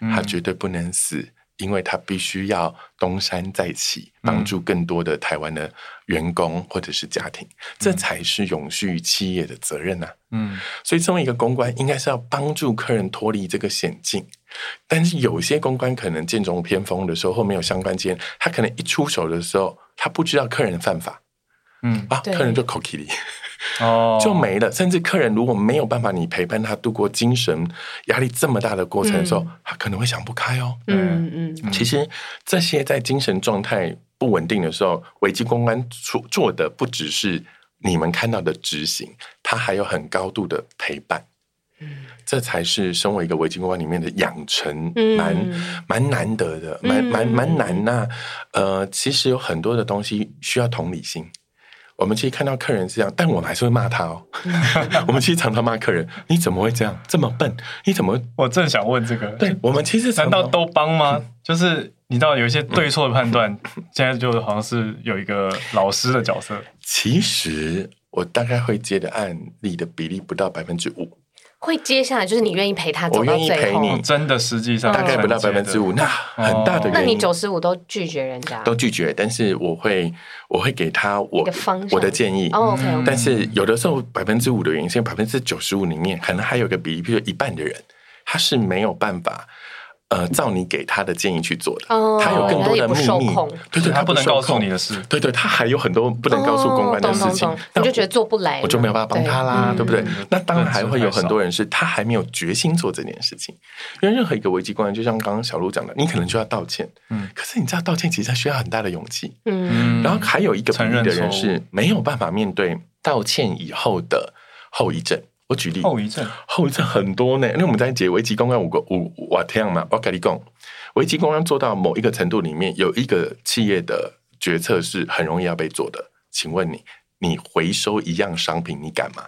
S4: 嗯
S2: 他绝对不能死，因为他必须要东山再起，帮助更多的台湾的员工或者是家庭，这才是永续企业的责任呐、啊
S4: 嗯，
S2: 所以，身为一个公关，应该是要帮助客人脱离这个险境。但是，有些公关可能剑走偏锋的时候，或没有相关经验，他可能一出手的时候，他不知道客人犯法
S4: 嗯，
S2: 啊，
S1: 对
S2: 客人就口 k 里
S4: 哦，
S2: 就没了。甚至客人如果没有办法你陪伴他度过精神压力这么大的过程的时候，
S1: 嗯
S2: 他可能会想不开哦。
S1: 嗯嗯，
S4: 嗯
S2: 其实这些在精神状态不稳定的时候，危机公关做做的不只是你们看到的执行，它还有很高度的陪伴。
S4: 嗯
S2: 这才是身为一个维基公关里面的养成，
S1: 嗯
S2: 蛮蛮难得的，
S4: 嗯
S2: 蛮蛮蛮难呐、呃，其实有很多的东西需要同理心。我们其实看到客人是这样，但我们还是会骂他哦。
S4: 嗯
S2: 我们其实常常骂客人：“你怎么会这样？这么笨？你怎么
S4: 我正想问这个，？”
S2: 对，我们其实
S4: 难
S2: 常
S4: 道
S2: 常
S4: 都帮吗？就是你知道有一些对错的判断， 现在就好像是有一个老师的角色，
S2: 其实我大概会接的案例的比例不到百分之五，
S1: 会接下来就是你愿意陪他走
S2: 我
S1: 到
S2: 愿意
S1: 最
S2: 陪
S1: 后，
S2: 你
S4: 真的实际上
S2: 大概不到百
S4: 啊承接
S2: 分
S4: 的
S2: 之五，那很大的
S4: 哦
S1: 那
S2: 原
S1: 你
S2: 因
S1: 九十五都拒绝人家
S2: 都拒绝，但是我会我会给他
S1: 一
S2: 我
S1: 个方向
S2: 我的建议。
S1: 哦，OK，OK
S2: 嗯但是有的时候百分之五的原因，现在百分之九十五里面，可能还有个比例，比如说一半的人，他是没有办法。呃，
S4: 嗯
S2: 照你给他的建议去做的，
S1: 哦
S2: 他有更多
S1: 原来也
S2: 的
S1: 不
S2: 秘
S1: 受
S2: 密
S1: 控，
S2: 对对，
S4: 他不能
S2: 受
S4: 告诉
S2: 控
S4: 你的事
S2: 对对，他还有很多不能告诉公关的
S1: 哦懂
S2: 事情
S1: 懂懂，
S2: 那
S1: 你就
S2: 我
S1: 觉得做不来了，
S2: 我就没有办法帮他啦，
S1: 对
S2: 对不对
S4: 嗯？
S2: 那当然还会有
S4: 认知太
S2: 很多人是他还没有决心做这件事情，因为任何一个危机关，就像刚刚小鹿讲的，你可能就要道歉，
S4: 嗯
S2: 可是你知道道歉其实需要很大的勇气，
S1: 嗯，
S2: 然后还有一个比
S4: 承
S2: 例
S4: 认
S2: 的人
S4: 错误
S2: 是没有办法面对道歉以后的后遗症。我举例，
S4: 后遗症，
S2: 后遗症很多呢，因为我们在解危机公关五个五瓦天嘛，我跟你讲，危机公关做到某一个程度里面，有一个企业的决策是很容易要被做的。请问你，你回收一样商品，你敢吗？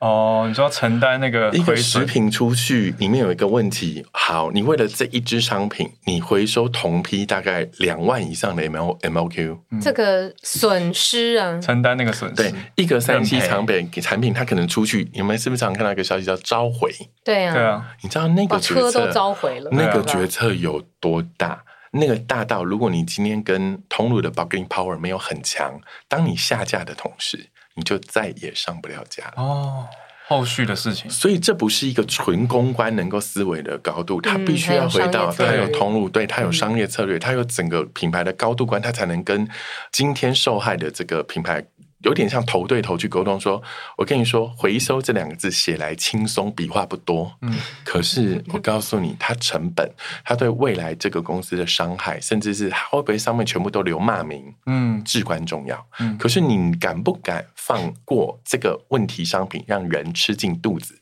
S4: 哦，你说要承担那个
S2: 一个
S4: 亏
S2: 食
S4: 损，
S2: 品出去，里面有一个问题，好，你为了这一支商品，你回收同批大概两万以上的 M L M O Q，
S1: 这个损失啊，
S4: 承担嗯那个损失
S2: 对，，一个三 C
S4: 认赔
S2: 产品产品，它可能出去，你们是不是常看到一个消息叫召回？
S1: 对
S4: 对
S1: 啊，
S4: 啊，
S2: 你知道那
S1: 把
S2: 个决
S1: 车
S2: 策
S1: 都召回了，
S2: 那
S1: 对
S2: 个
S1: 吧
S2: 决策有多大？那个大到，如果你今天跟通路的 bargaining power 没有很强，当你下架的同时，你就再也上不了架了。
S4: 哦，后续的事情，
S2: 所以这不是一个纯公关能够思维的高度，它
S1: 嗯
S2: 必须要回到
S1: 它
S2: 它
S4: 有商业策略嗯
S2: 有通路，对它有商业策略，它有整个品牌的高度观，它才能跟今天受害的这个品牌有点像头对头去沟通说。我跟你说，回收这两个字写来轻松，笔画不多，
S4: 嗯，
S2: 可是我告诉你，它成本，它对未来这个公司的伤害，甚至是它会不会上面全部都留骂名，
S4: 嗯
S2: 至关重要。
S4: 嗯
S2: 可是你敢不敢放过这个问题商品，让人吃进肚子？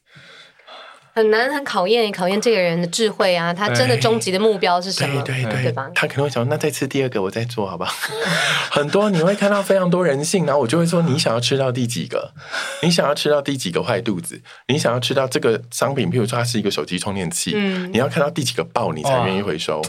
S1: 很难，很考验考验这个人的智慧啊，他真的终极的目标是什
S2: 对
S1: 么？
S2: 哎对
S4: 对
S2: 对，
S1: 吧？
S2: 他可能会想，那再吃第二个，我再做好不好？ 很多你会看到非常多人性，然后我就会说，你想要吃到第几个？ 你想要吃到第几个坏肚子？你想要吃到这个商品，譬如说它是一个手机充电器，
S1: 嗯哦
S2: 你要看到第几个爆，你才愿意回收。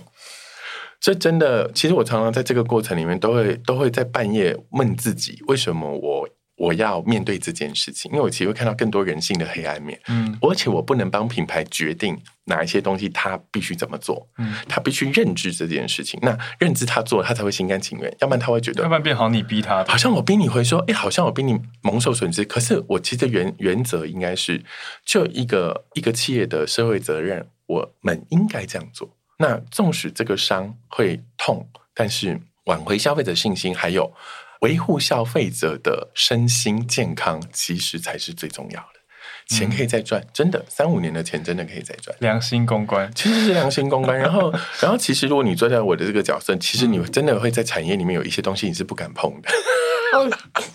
S2: 这真的，其实我常常在这个过程里面，都会都会在半夜问自己，为什么我我要面对这件事情？因为我其实会看到更多人性的黑暗面。
S4: 嗯
S2: 而且我不能帮品牌决定哪一些东西他必须怎么做，
S4: 嗯，
S2: 他必须认知这件事情。那认知他做了，他才会心甘情愿，要不然他会觉
S4: 要
S2: 得
S4: 不然变好你逼他的
S2: 好，像我逼你回收，哎、好像我逼你蒙受损失。可是我其实原原则应该是，就一个一个企业的社会责任，我们应该这样做。那纵使这个伤会痛，但是挽回消费者信心，还有维护消费者的身心健康，其实才是最重要的。钱可以再赚，真的三五年的钱真的可以再赚。
S4: 良心公关，
S2: 其实是良心公关。然后， 然后其实如果你坐在我的这个角色，其实你真的会在产业里面有一些东西你是不敢碰的。
S1: 哦，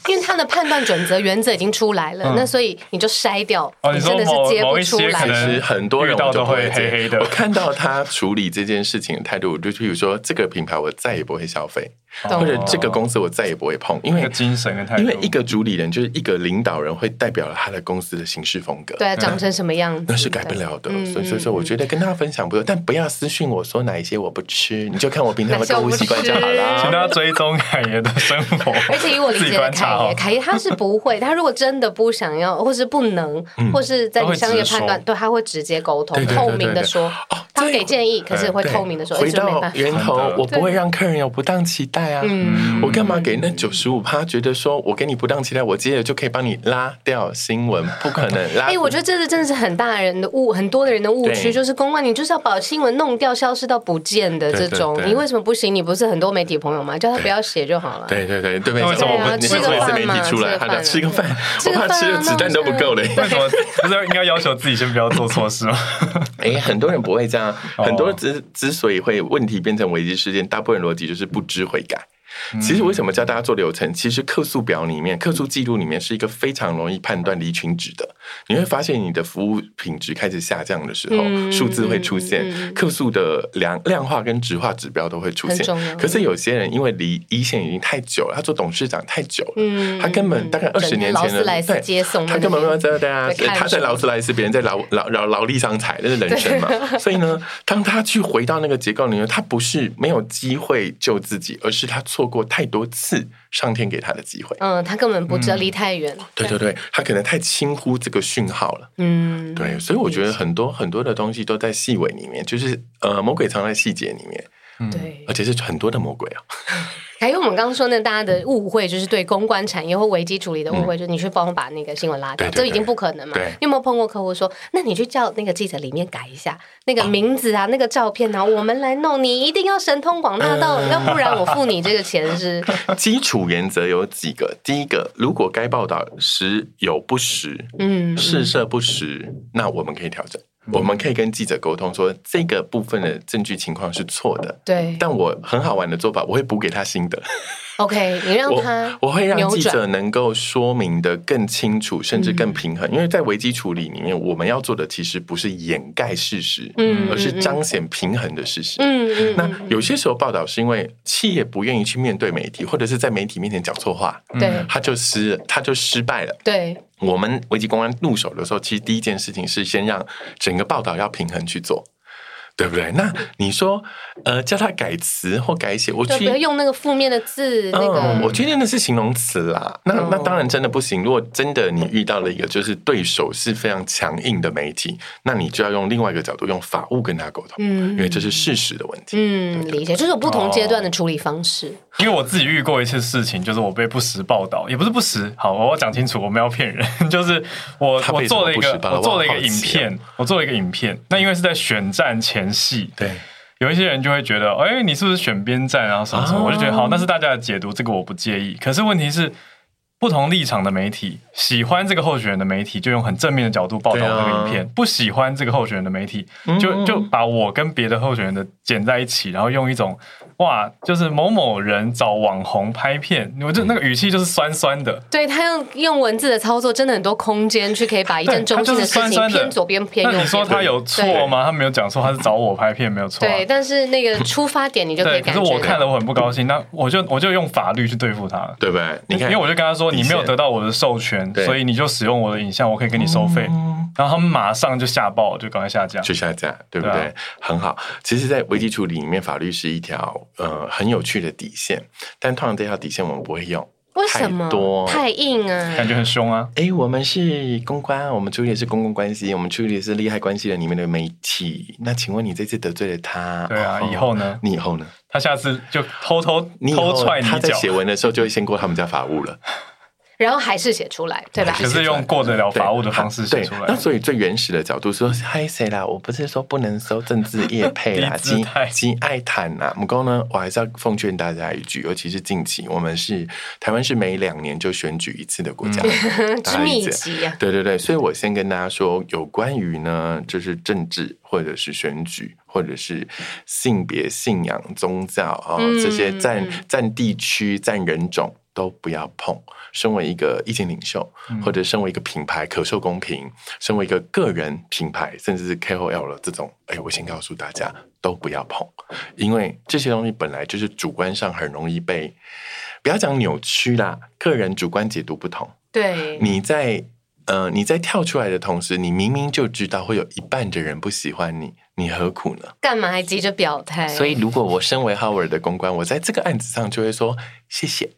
S1: 因为他的判断准则原则已经出来了，
S4: 嗯
S1: 那所以你就筛掉，
S4: 哦
S1: 你真
S4: 你说
S1: 的是接
S4: 某
S1: 不
S4: 某一
S1: 出
S4: 些
S1: 来
S4: 可
S2: 其
S4: 能
S1: 了。
S2: 实很多人我都不会
S4: 嗯遇到都会黑黑的
S2: 我看到他处理这件事情的态度，我就譬如说，这个品牌我再也不会消费，
S1: 懂
S2: 或者这个公司我再也不会碰，因为
S4: 那个精神跟态度，
S2: 因为一个主理人就是一个领导人，会代表了他的公司的行事风格。
S1: 对啊，长成什么样子？
S2: 那是改不了的
S1: 嗯，
S2: 所以所以说，我觉得跟大家分享不多，但不要私信我说哪一些我不吃，你就看我平常的购物习惯就好
S1: 哪些我不吃
S2: 啦。
S4: 请大家追踪凯爷的生活，
S1: 而且以我理
S4: 自己
S1: 解的
S4: 观
S1: 凯
S4: 察
S1: 爷，
S4: 哦，
S1: 凯爷他是不 会，他如果真的不想要，或是不能，
S2: 嗯
S1: 或是在你商业判断，对他会直接沟通
S2: 对，对对
S1: 透
S2: 对
S1: 明的
S2: 对哦
S1: 说，他会给建议，可是会
S2: 对
S1: 透明的说，哎
S2: 回
S1: 这没
S2: 到
S1: 办法。
S2: 源头
S4: 真的，
S2: 我不会让客人有不当期待啊。
S1: 嗯
S2: 我干嘛给那九十五趴觉得说我给你不当期待，我接着就可以帮你拉掉新闻？不可能拉。
S1: 哎、我觉得这是真的是很大人的误，很多的人的误区，
S2: 对
S1: 就是公关，你就是要把新闻弄掉、消失到不见的这
S2: 对
S1: 种，
S2: 对对
S1: 你为什么不行？你不是很多媒体朋友吗？叫他不要写就好了。
S2: 对对对对，没
S4: 那为什
S2: 错，
S1: 啊
S4: 么
S2: 我
S4: 我
S2: 们
S4: 们
S2: 你
S4: 吃
S2: 们
S4: 个
S2: 每次
S4: 饭
S2: 媒
S1: 嘛
S2: 体出来，
S1: 吃个
S2: 他讲
S1: 饭
S2: 吃个饭，
S1: 吃
S2: 我
S1: 个
S2: 怕
S1: 饭
S2: 吃的
S1: 啊
S2: 子弹都不够嘞。
S4: 为什么不是应该要求自己先不要做错事吗？
S2: 哎，很多人不会这样，
S4: 哦
S2: 很多之之所以会问题变成危机事件，大部分逻辑就是不知悔改。其实为什么叫大家做流程？其实客诉表里面、客诉记录里面是一个非常容易判断离群值的。你会发现你的服务品质开始下降的时候，
S1: 嗯
S2: 数字会出
S1: 嗯嗯
S2: 现，
S1: 嗯
S2: 客诉的量量化跟质化指标都会出
S1: 很重要
S2: 现。可是有些人因为离一线已经太久了，他做董事长太久了，
S1: 嗯
S2: 他根本大概二十年前
S1: 劳
S2: 的
S1: 斯莱斯
S2: 对
S1: 接送的
S2: 他根本没有在大家
S1: 在看
S2: 啊他在
S1: 什么
S2: 劳斯莱斯，别人在劳劳劳劳力伤财，那是人生嘛。 所以呢，当他去回到那个结构里面，他不是没有机会救自己，而是他错过太多次上天给他的机会。
S1: 嗯，他根本不知道离太远。
S2: 对对对，他可能太轻忽这个讯号了。
S1: 嗯，
S2: 对，所以我觉得很多很多的东西都在细微里面，就是呃，魔鬼藏在细节里面，
S1: 对
S2: 而。且是很多的魔鬼啊。
S1: 还有我们刚刚说那大家的误会，就是对公关产业或危机处理的误会，就是你去帮我把那个新闻拉掉，
S2: 嗯对对
S1: 这
S2: 对
S1: 已经不可能嘛？
S2: 对
S1: 你有没有碰过客户说，那你去叫那个记者里面改一下那个名字啊、那个照片啊，我们来弄，你一定要神通广大到，
S2: 嗯
S1: 要不然我付你这个钱是
S2: 基础原则有几个？第一个，如果该报道时有不实，
S1: 嗯
S2: 事涉不实，那我们可以调整，我们可以跟记者沟通说这个部分的证据情况是错的。
S1: 对
S2: 但我很好玩的做法，我会补给他新的，
S1: OK，你让他
S2: 我我会让
S1: 扭
S2: 记
S1: 转
S2: 者能够说明的更清楚，甚至更平
S1: 嗯
S2: 衡。因为在危机处理里面，我们要做的其实不是掩盖事实，
S1: 嗯
S2: 而是彰显平衡的事实。
S1: 嗯嗯
S2: 那有些时候报道是因为企业不愿意去面对媒体，或者是在媒体面前讲错话，
S1: 嗯对
S2: 他就失他就失败了。
S1: 对
S2: 我们危机公关入手的时候，其实第一件事情是先让整个报道要平衡去做，对不对？那你说，呃，叫他改词或改写，我
S1: 就
S2: 去
S1: 不要用那个负面的字，那
S2: 嗯，
S1: 个
S2: 我确定那是形容词啦。那
S1: 嗯
S2: 那当然真的不行。如果真的你遇到了一个就是对手是非常强硬的媒体，那你就要用另外一个角度，用法务跟他沟通，
S1: 嗯
S2: 因为这是事实的问题。
S1: 嗯理解，就是有不同阶段
S2: 哦
S1: 的处理方式。
S4: 因为我自己遇过一次事情，就是我被不实报道，也不是不实，好，我要讲清楚，我没有骗人， 就是我
S2: 他
S4: 我
S2: 被什么
S4: 做了一
S2: 不实
S4: 个
S2: 报道
S4: 我做了一
S2: 我好
S4: 个
S2: 奇
S4: 影
S2: 哦
S4: 片，我做了一个影片，那因为是在选战前戏，
S2: 对，
S4: 有一些人就会觉得，哎、你是不是选边站啊，什么什么？
S2: 啊
S4: 我就觉得好，那是大家的解读，这个我不介意。可是问题是，不同立场的媒体喜欢这个候选人的媒体，就用很正面的角度报道
S2: 对啊嗯
S4: 这个影片；不喜欢这个候选人的媒体，就就把我跟别的候选人的剪在一起，然后用一种哇，就是某某人找网红拍片，我
S2: 嗯
S4: 就那个语气就是酸酸的。
S1: 对他用用文字的操作，真的很多空间去可以把一件
S4: 对，
S1: 中
S4: 他
S1: 性
S4: 就是
S1: 的事
S4: 酸
S1: 情
S4: 酸的。
S1: 偏左边偏右
S4: 那
S1: 边。
S4: 你说他有错吗？他没有讲错，他是找我拍片，没有错、啊。
S1: 对？对，但是那个出发点你就可
S4: 对，
S1: 以
S4: 可
S1: 感
S4: 是
S1: 觉。
S4: 我看了我很不高兴，那我就我就用法律去对付他。
S2: 对不对？你看，
S4: 因为我就跟他说，
S2: 底
S4: 你
S2: 线
S4: 没有得到我的授权，
S2: 对
S4: 所以你就使用我的影像，我可以跟你收费。
S2: 嗯
S4: 然后他们马上就吓爆，就赶快下架。
S2: 就下架，对不对？
S4: 对啊
S2: 很好。其实，在危机处理里面，法律是一条呃很有趣的底线，但通常这条底线我们不会用，
S1: 为什么
S2: 太多
S1: 太硬啊？
S4: 感觉很凶啊！
S2: 哎，我们是公关，我们处理的是公共关系，我们处理的是利害关系人里面的媒体。那请问你这次得罪了他，
S4: 对啊
S2: 哦
S4: 以后呢
S2: 你以后呢？
S4: 他下次就偷偷
S2: 你以后
S4: 偷踹你
S2: 他
S4: 一
S2: 在
S4: 脚，
S2: 写文的时候就会先过他们家法务了，
S1: 然后还是写出来，对吧
S4: 可？是用过得了法务的方式写
S2: 对
S4: 出
S2: 那
S4: 来，
S2: 所以最原始的角度说，嗨谁啦？我不是说不能收政治业配啦，
S4: 低姿
S2: 金
S4: 态
S2: 金爱谈啦。不过呢，我还是要奉劝大家一句，尤其是近期，我们是台湾是每两年就选举一次的国家，
S4: 嗯
S2: 大
S1: 之
S2: 家理
S1: 密
S2: 解。
S1: 集啊，
S2: 对对对，所以我先跟大家说，有关于呢，就是政治或者是选举，或者是性别、信仰、宗教啊、哦
S1: 嗯
S2: 这些占
S1: 嗯
S2: 占地区、占人种都不要碰。身为一个意见领袖，或者身为一个品牌可受公平，身为一个个人品牌，甚至是 KOL 了这种，哎，我先告诉大家都不要碰，因为这些东西本来就是主观上很容易被，不要讲扭曲啦，个人主观解读不同。
S1: 对，
S2: 你在呃你在跳出来的同时，你明明就知道会有一半的人不喜欢你，你何苦呢？
S1: 干嘛还急着表态？
S2: 所以，如果我身为 Howard 的公关，我在这个案子上就会说谢谢，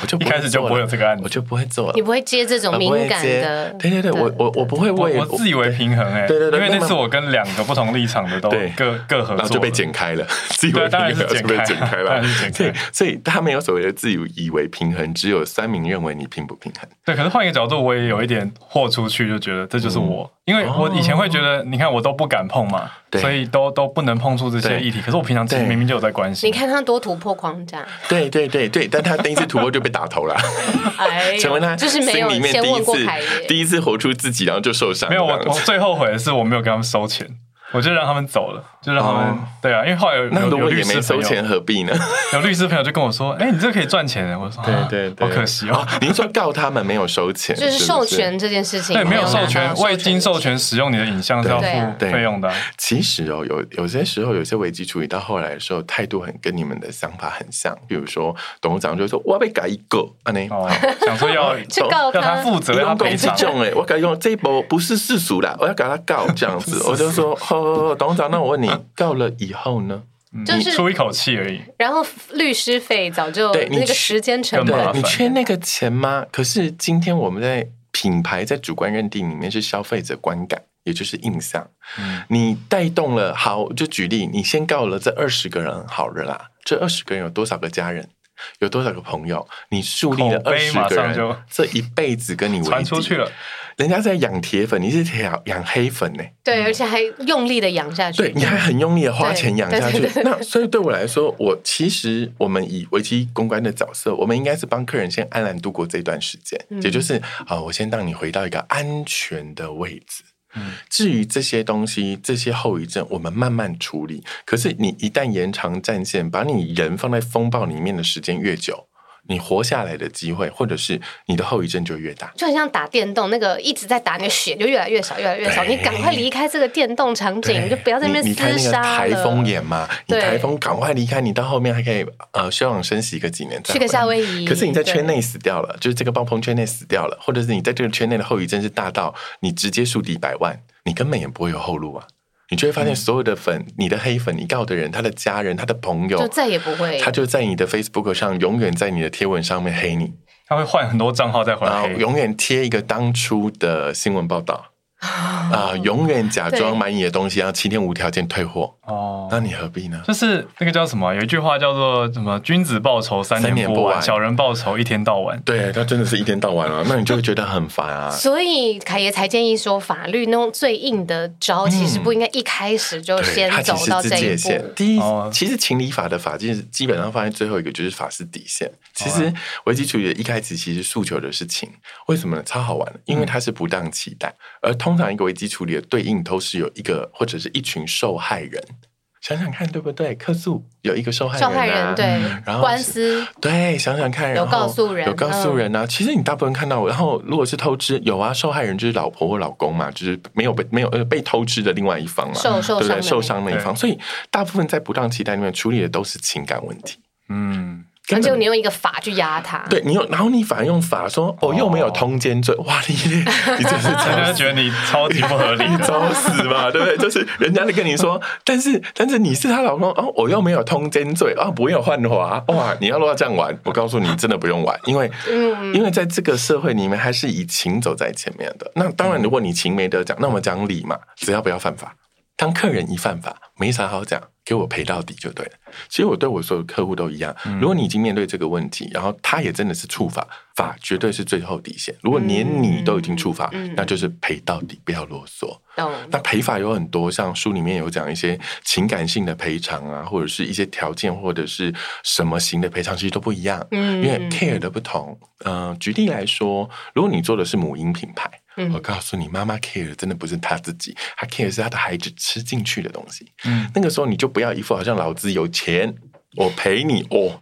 S2: 我就
S4: 一
S2: 会
S4: 开始就
S2: 做
S4: 不会
S2: 了
S4: 有这个案
S2: 我
S4: 子。
S2: 就不会做了
S1: 你。不会接这种
S2: 呃我不会
S1: 敏感
S2: 接
S1: 的，
S2: 对对对，我我我不会
S4: 我
S2: 为
S4: 我自以为平衡哎，
S2: 对对对
S4: 因为
S2: 那
S4: 那
S2: 么
S4: 次我跟两个不同立场的都
S2: 对
S4: 各各合
S2: 然后
S4: 作了，
S2: 就被剪开了，自以为
S4: 对
S2: 平
S4: 当然
S2: 衡
S4: 是
S2: 就被剪开
S4: 当
S2: 了
S4: 然是剪。开
S2: 对，所以他没有所谓的自以为平衡，只有三名认为你平不平衡。
S4: 对，可是换一个角度，我也有一点豁出去，就觉得这
S2: 嗯
S4: 就是我，因为我以前会觉得，你看我都不敢碰嘛，
S2: 哦对
S4: 所以都都不能碰触这些议题。可是我平常其实
S2: 对
S4: 明明就有在关心，
S1: 你看他多突破框 架，
S2: 对对对对，但他第一次突破就被打头了。
S1: 哎呦，
S2: 成为他
S1: 就是没有
S2: 心里面
S1: 先
S2: 第一
S1: 问过
S2: 次
S1: 凯爷，
S2: 第一次活出自己，然后就受伤。
S4: 没有我
S2: 这样
S4: 我
S2: 子
S4: 最后悔的是我没有给他们收钱，我就让他们走了，就让他们、
S2: 哦
S4: 对啊，因为后来 有
S2: 那
S4: 有
S2: 如
S4: 有
S2: 果
S4: 律
S2: 也
S4: 师
S2: 没
S4: 朋
S2: 收
S4: 友，
S2: 钱，何必呢？
S4: 有律师朋友就跟我说：“哎、你这可以赚钱。”我说：“啊
S2: 对对对，
S4: 好可惜 哦。
S2: 您说告他们没有收钱，
S1: 就是
S2: 不
S1: 授权这件事情，
S4: 对，没有
S1: 拿
S4: 授
S1: 到
S4: 权，未经授权使用你的影像是要
S1: 对啊
S4: 付
S2: 对
S4: 费用的啊、
S2: 其实哦，有有些时候，有些危机处理到后来的时候，态度很跟你们的想法很像。比如说，董事长就会说：“我要被改一个啊，你
S4: 哦，想说要
S1: 去告
S4: 要他
S1: 他。
S4: 负责，要他赔
S2: 这
S4: 偿。
S2: 种哎，我改用这一波不是世俗啦，我要给他告这样子。”我就说：“哦，董事长，那我问你，告了以后呢？
S4: 嗯
S1: 就是
S4: 你出一口气而已。
S1: 然后律师费早就
S2: 对你
S1: 那个
S2: 去
S1: 时间成
S4: 干
S2: 对
S4: 嘛
S1: 本，
S2: 你缺那个钱吗？可是今天我们在品牌在主观认定里面是消费者观感，也就是印象。
S4: 嗯，
S2: 你带动了，好，就举例，你先告了这二十个人好了啦，这二十个人有多少个家人，有多少个朋友？你树立了
S4: 口
S2: 二
S4: 碑
S2: 十
S4: 马
S2: 个
S4: 上就
S2: 人，这一辈子跟你为
S4: 传
S2: 敌
S4: 出去了，
S2: 人家在养铁粉，你是铁养黑粉呢、
S1: 对，而且还用力的养下去。
S2: 对，你还很用力的花
S1: 对
S2: 钱养
S1: 对
S2: 下去
S1: 对。
S2: 那所以对我来说，我其实我们以危机公关的角色，我们应该是帮客人先安然度过这段时间，
S1: 嗯
S2: 也就是啊，我先让你回到一个安全的位置。
S4: 嗯
S2: 至于这些东西、这些后遗症，我们慢慢处理。可是你一旦延长战线，把你人放在风暴里面的时间越久，你活下来的机会，或者是你的后遗症就越大。
S1: 就很像打电动，那个一直在打，你的血就越来越少，越来越少。
S2: 对
S1: 你赶快离开这个电动场景，
S2: 对
S1: 你就不要在那边
S2: 你你看
S1: 厮
S2: 那个
S1: 杀了。
S2: 台风眼嘛，你
S1: 对
S2: 台风赶快离开，你到后面还可以呃休养生息个几年，
S1: 去个夏威夷，
S2: 可是你在圈
S1: 对，
S2: 内死掉了，就是这个暴风圈内死掉了，或者是你在这个圈内的后遗症是大到你直接树敌百万，你根本也不会有后路啊！你就会
S1: 嗯
S2: 发现所有的粉，你的黑粉，你告的人，他的家人，他的朋
S1: 就
S2: 友，
S1: 再也不会。
S2: 他就在你的 Facebook 上，永远在你的贴文上面黑你，
S4: 他会换很多账号再回
S2: 然
S4: 来
S2: 后
S4: 黑。
S2: 永远贴一个当初的新闻 报道啊、永远假装
S1: 对
S2: 买你的东西，然后七天无条件退货，
S4: 哦，
S2: 那你何必呢？
S4: 就是那个叫什么啊，有一句话叫做什么“君子报仇三
S2: 三
S4: 年
S2: 年
S4: 不
S2: 不
S4: 晚，
S2: 晚
S4: 小人报仇一天到晚
S2: 对他真的是一天到 晚啊，那你就会觉得很烦啊。
S1: 所以凯爷才建议说，法律那种最硬的招，其实不应该一开始就
S2: 嗯对，
S1: 先
S2: 它
S1: 走
S2: 其实
S1: 到
S2: 是
S1: 这一
S2: 界
S1: 步
S2: 限。。第一
S4: 哦，
S2: 其实情理法的法基基本上放在最后一个就是法是底线。其实危机处理的一开始其实诉求的是情，为什么呢？超好玩的，因为它是不当期待，而通常一个危机处理的对应都是有一个或者是一群受害人。想想看，对不对？客诉有一个受害人、
S1: 受
S2: 啊，
S1: 害人
S2: 然
S1: 对
S2: 后
S1: 官司，
S2: 对，想想看，然后
S1: 告诉人嗯
S2: 有告诉人啊。其实你大部分看到，然后如果是偷吃，有啊，受害人就是老婆或老公嘛，就是没有被没有呃被偷吃的另外一方嘛，
S1: 受受
S2: 对不
S1: 伤的
S2: 对？受伤那一方，所以大部分在不当期待里面处理的都是情感问题。”。
S4: 嗯，
S1: 而
S2: 根
S1: 且
S2: 本
S1: 你用一个法去压他，
S2: 对你用，然后你反而用法说，哦，又没有通奸罪，哇，你你真是
S4: 大家
S2: 找
S4: 就觉得你超级不合 理
S2: 你找死吧，对不对？就是人家就跟你说，但是但是你是她老公哦，我又没有通奸罪啊、哦，不用换滑哇！你要落到这样玩，我告诉你，真的不用玩，因为、因为在这个社会里面，还是以情走在前面的。那当然，如果你情没得讲，那我们讲理嘛，只要不要犯法。当客人一犯法，没啥好讲，给我赔到底就对了。其实我对我所有客户都一样，如果你已经面对这个问题，然后他也真的是触法，法绝对是最后底线。如果连你都已经触法，
S1: 嗯嗯
S2: 那就是赔到底，不要啰嗦。
S1: 懂？
S2: 那赔法有很多，像书里面有讲一些情感性的赔偿啊，或者是一些条件或者是什么型的赔偿，其实都不一样，因
S1: 嗯
S2: 为 care 的不同。嗯、举例来说，如果你做的是母婴品牌。
S1: 嗯
S2: 我告诉你，妈妈 care 的真的不是她自己，她 care 的是她的孩子吃进去的东西。
S4: 嗯，
S2: 那个时候你就不要一副好像老子有钱，我陪你哦。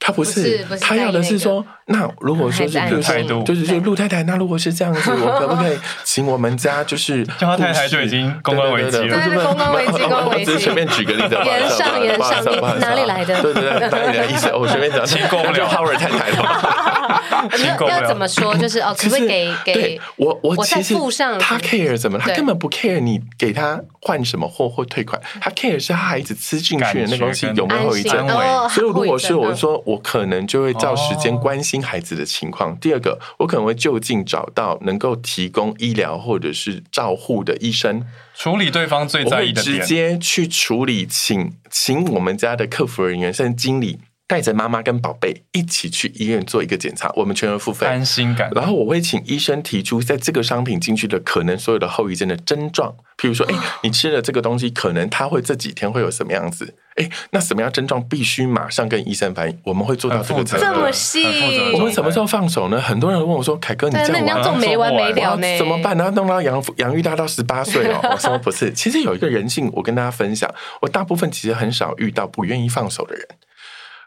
S2: 他不
S1: 不
S2: 是
S1: 是不，是
S2: 他要的是说，那如果说是
S1: 孩
S2: 譬
S1: 子
S2: 如
S4: 安静
S2: 说，就是就
S1: 对
S2: 陆太太，那如果是这样子，我可不可以 请我们家就是
S4: 叫他太太就已经公关危机
S2: 对
S4: 了
S2: 对对对
S1: 对公关危机
S2: 不是
S1: 公
S2: 不是
S1: 关危机
S2: 我只是随便举个例子，
S1: 言上言上
S2: 不好意思
S1: 你
S2: 不好意思
S1: 哪里来的
S2: 对对对，哪里来的意思？我随便讲，
S4: 请过不了
S2: 那就浩尔太太了。
S1: 你
S4: 请够
S1: 要
S4: 了
S1: 要怎么 说？就是哦，可
S2: 其
S1: 不可
S2: 实
S1: 以给
S2: 对
S1: 给
S2: 我我
S1: 我再
S2: 其实
S1: 附上
S2: 他 care 什么，他
S1: 对
S2: 根本不 care 你给他换什么货或退款，他 care 是他孩子吃进去的那个东西
S4: 感觉
S2: 有没
S4: 跟
S1: 安
S2: 有后遗
S1: 心
S2: 症。
S1: 哦？
S2: 所以如果是我
S1: 嗯
S2: 说，我可能就会照时间
S4: 哦
S2: 关心孩子的情况。第二个，我可能会就近找到能够提供医疗或者是照护的医生，
S4: 处理对方最
S2: 我
S4: 在
S2: 会
S4: 意的
S2: 直
S4: 点，
S2: 接去处理，请请我们家的客服人员甚至经理带着妈妈跟宝贝一起去医院做一个检查，我们全额付费。
S4: 安心感。
S2: 然后我会请医生提出，在这个商品进去的可能所 有的后遗症的症状，譬如说，哎，你吃了这个东西，可能它会这几天会有什么样子？哎，那什么样症状必须马上跟医生反映？我们会做到这个程
S4: 很负责
S1: 这
S2: 度
S1: 么。
S4: 很负责
S1: 细
S4: 任
S2: 我们什么时候放手呢？很多人问我说：“凯哥，你
S1: 对
S2: 这
S1: 那
S2: 样
S1: 你要
S2: 玩
S1: 做没完没了
S2: 哇
S1: 呢？
S2: 怎么办？？然后弄到养养育大到十八岁 哦，我说不是，其实有一个人性，我跟大家分享，我大部分其实很少遇到不愿意放手的人。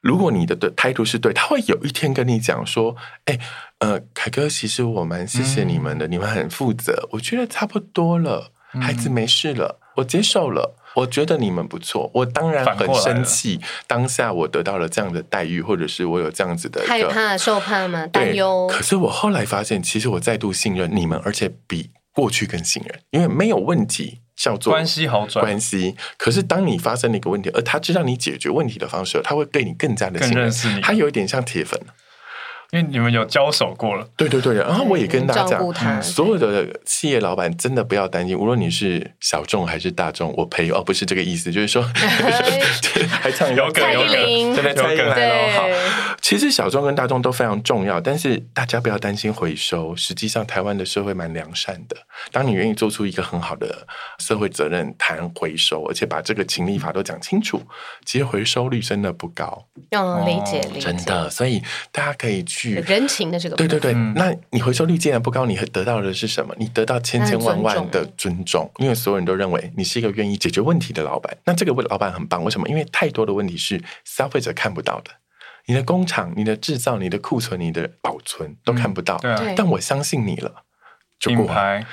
S2: 如果你的对态度是对，他会有一天跟你讲说：“哎、呃，凯哥，其实我蛮谢谢你们的，
S4: 嗯
S2: 你们很负责，我觉得差不多了，孩子没事了，我接受了。”我觉得你们不错，我当然
S4: 反过
S2: 很
S4: 来
S2: 生
S4: 了
S2: 气，当下我得到了这样的待遇，或者是我有这样子的一个
S1: 害怕、受怕嘛，
S2: 对，
S1: 担忧。
S2: 可是我后来发现，其实我再度信任你们，而且比过去更信任，因为没有问题叫做
S4: 关系好转，
S2: 关系。可是当你发生了一个问题，而他知道你解决问题的方式，他会对你更加的信
S4: 更
S2: 任
S4: 认识你。
S2: 他有一点像铁粉，
S4: 因为你们有交手过了，
S2: 对对对。然后我也跟大家
S1: 嗯照顾他
S2: 讲，所有的企业老板真的不要担心，无论你是小众还是大众，我陪哦，不是这个意思，就是 说， 还唱
S4: 有梗
S1: 蔡
S4: 有
S1: 依林
S4: 梗，
S2: 对对，蔡依林
S4: 有梗
S2: 来了，好
S1: 哎对。
S2: 其实小众跟大众都非常重要，但是大家不要担心回收。实际上，台湾的社会蛮良善的。当你愿意做出一个很好的社会责任，谈回收，而且把这个情理法都讲清楚，其实回收率真的不高，
S1: 嗯，理解
S4: 哦
S1: 理解，
S2: 真的。所以大家可以去。
S1: 人情的这个部
S2: 对
S1: 分，
S2: 对对，
S4: 嗯
S2: 那你回收率既然不高，你得到的是什么？你得到千千万万的尊重，
S1: 嗯
S2: 因为所有人都认为你是一个愿意解决问题的老板。那这个老板很棒，为什么？因为太多的问题是消费者看不到的。你的工厂、你的制造、你的库存、你的保存都看不到，
S4: 对啊，
S1: 对
S2: 但我相信你了，就
S4: 品
S2: 过了。
S4: 牌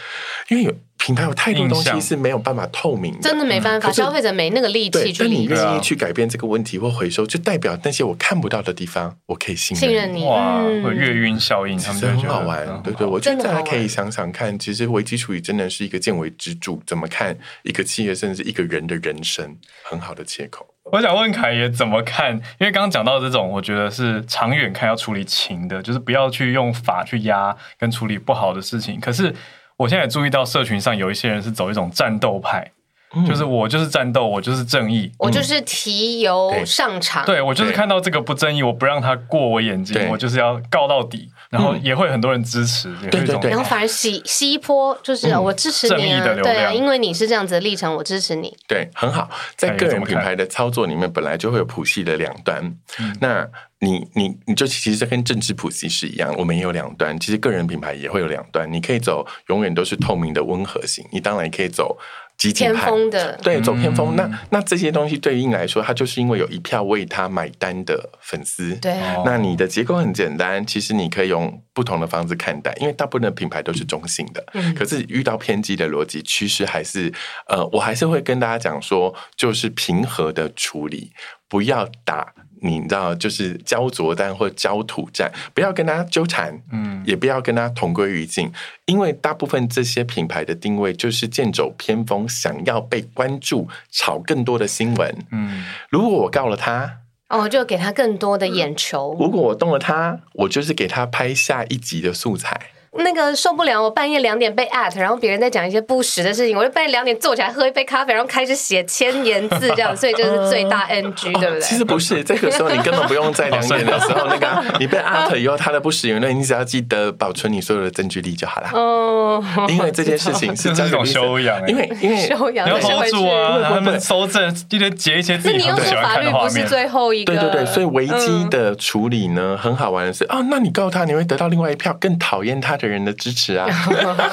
S2: 因为有品牌有太多东
S4: 印
S2: 西
S4: 象
S2: 是没有办法透明的，
S1: 真的没办法，
S2: 可是
S1: 消费者没那个力气
S2: 对，
S1: 去
S2: 但你
S1: 理解
S4: 对
S2: 愿
S4: 啊
S2: 意去改变这个问题或回收，就代表那些我看不到的地方，我可以信
S1: 信任你。
S4: 哇，
S1: 嗯
S4: 会月晕效应，他
S2: 其
S4: 们
S2: 实
S4: 就
S2: 很
S4: 会觉得嗯
S2: 好玩，对对，我觉
S1: 真
S2: 得
S1: 的
S2: 大
S1: 好
S2: 家
S1: 玩
S2: 可以想想看，其实危机处理真的是一个见微知著，怎么看一个企业甚至一个人的人生，很好的切口。
S4: 我想问凯爷怎么看，因为刚刚讲到这种，我觉得是长远看要处理情的，就是不要去用法去压跟处理不好的事情。可是我现在也注意到，社群上有一些人是走一种战斗派，
S2: 嗯
S4: 就是我就是战斗，我就是正义。
S1: 我就是提油
S2: 对
S1: 上场，
S4: 嗯对，我就是
S2: 对
S4: 看到这个不正义，我不让他过我眼睛，
S2: 对
S4: 我就是要告到底。然后
S2: 嗯
S4: 也会很多人支持，也会有一种
S2: 对对
S4: 嗯
S2: 对
S1: 然后反而洗吸一波，就是我支持你
S4: 正义的
S1: 啊，
S4: 流量
S1: 对啊，因为你是这样子的立场，我支持你。
S2: 对，很好。在
S4: 哎
S2: 个
S4: 怎
S2: 人
S4: 么
S2: 品
S4: 看嗯
S2: 牌的操作里面，本来就会有谱系的两端。那你你你就其实这跟政治谱系是一样，我们也有两端。其实个人品牌也会有两端，你可以走永远都是透明的温和型，你当然也可以走激进
S1: 偏
S2: 派。
S1: 锋的，
S2: 对，走偏锋。
S4: 嗯
S2: 那那这些东西对于你来说，它就是因为有一票为他买单的粉丝。
S1: 对，
S4: 哦
S2: 那你的结构很简单，其实你可以用不同的方式看待，因为大部分的品牌都是中性的。
S1: 嗯
S2: 可是遇到偏激的逻辑，其实还是呃，我还是会跟大家讲说，就是平和的处理，不要打。你知道，就是焦灼战或焦土战，不要跟他纠缠，
S4: 嗯
S2: 也不要跟他同归于尽，因为大部分这些品牌的定位就是剑走偏锋，想要被关注，炒更多的新闻。
S4: 嗯，
S2: 如果我告了他，
S1: 哦，就给他更多
S2: 嗯
S1: 的眼球。
S2: 如果我动了他，我就是给他拍下一集的素材。
S1: 那个受不了，我半夜两点被 at，然后别人在讲一些不实的事情，我就半夜两点坐起来喝一杯咖啡，然后开始写千言字这样，所以就是最大
S4: 嗯
S1: NG，对不
S2: 啊其
S1: 对？
S2: 实不是，这个时候你根本不用在两点的时候那个啊，你被 out 以后，他的不实言论，你只要记得保存你所有的证据力就好了。
S1: 哦，
S2: 因为这件事情是
S4: 这是一
S2: 交
S4: 种
S2: 给律
S4: 修
S2: 师
S4: 养欸
S2: 因为因为
S1: 修养
S4: 你要
S1: 的社
S4: hold
S1: 会
S4: 住啊，
S2: 不会不会
S4: 他们收证，一堆截一些
S1: 那
S4: 自己
S1: 你又
S4: 很不喜
S1: 说
S4: 欢
S1: 法
S4: 看
S1: 律
S4: 的画
S1: 不是
S4: 面。
S1: 最后一个？
S2: 对对对，所以危机
S1: 嗯
S2: 的处理呢，很好玩的是，哦，那你告他，你会得到另外一票更讨厌他的人的支持 啊，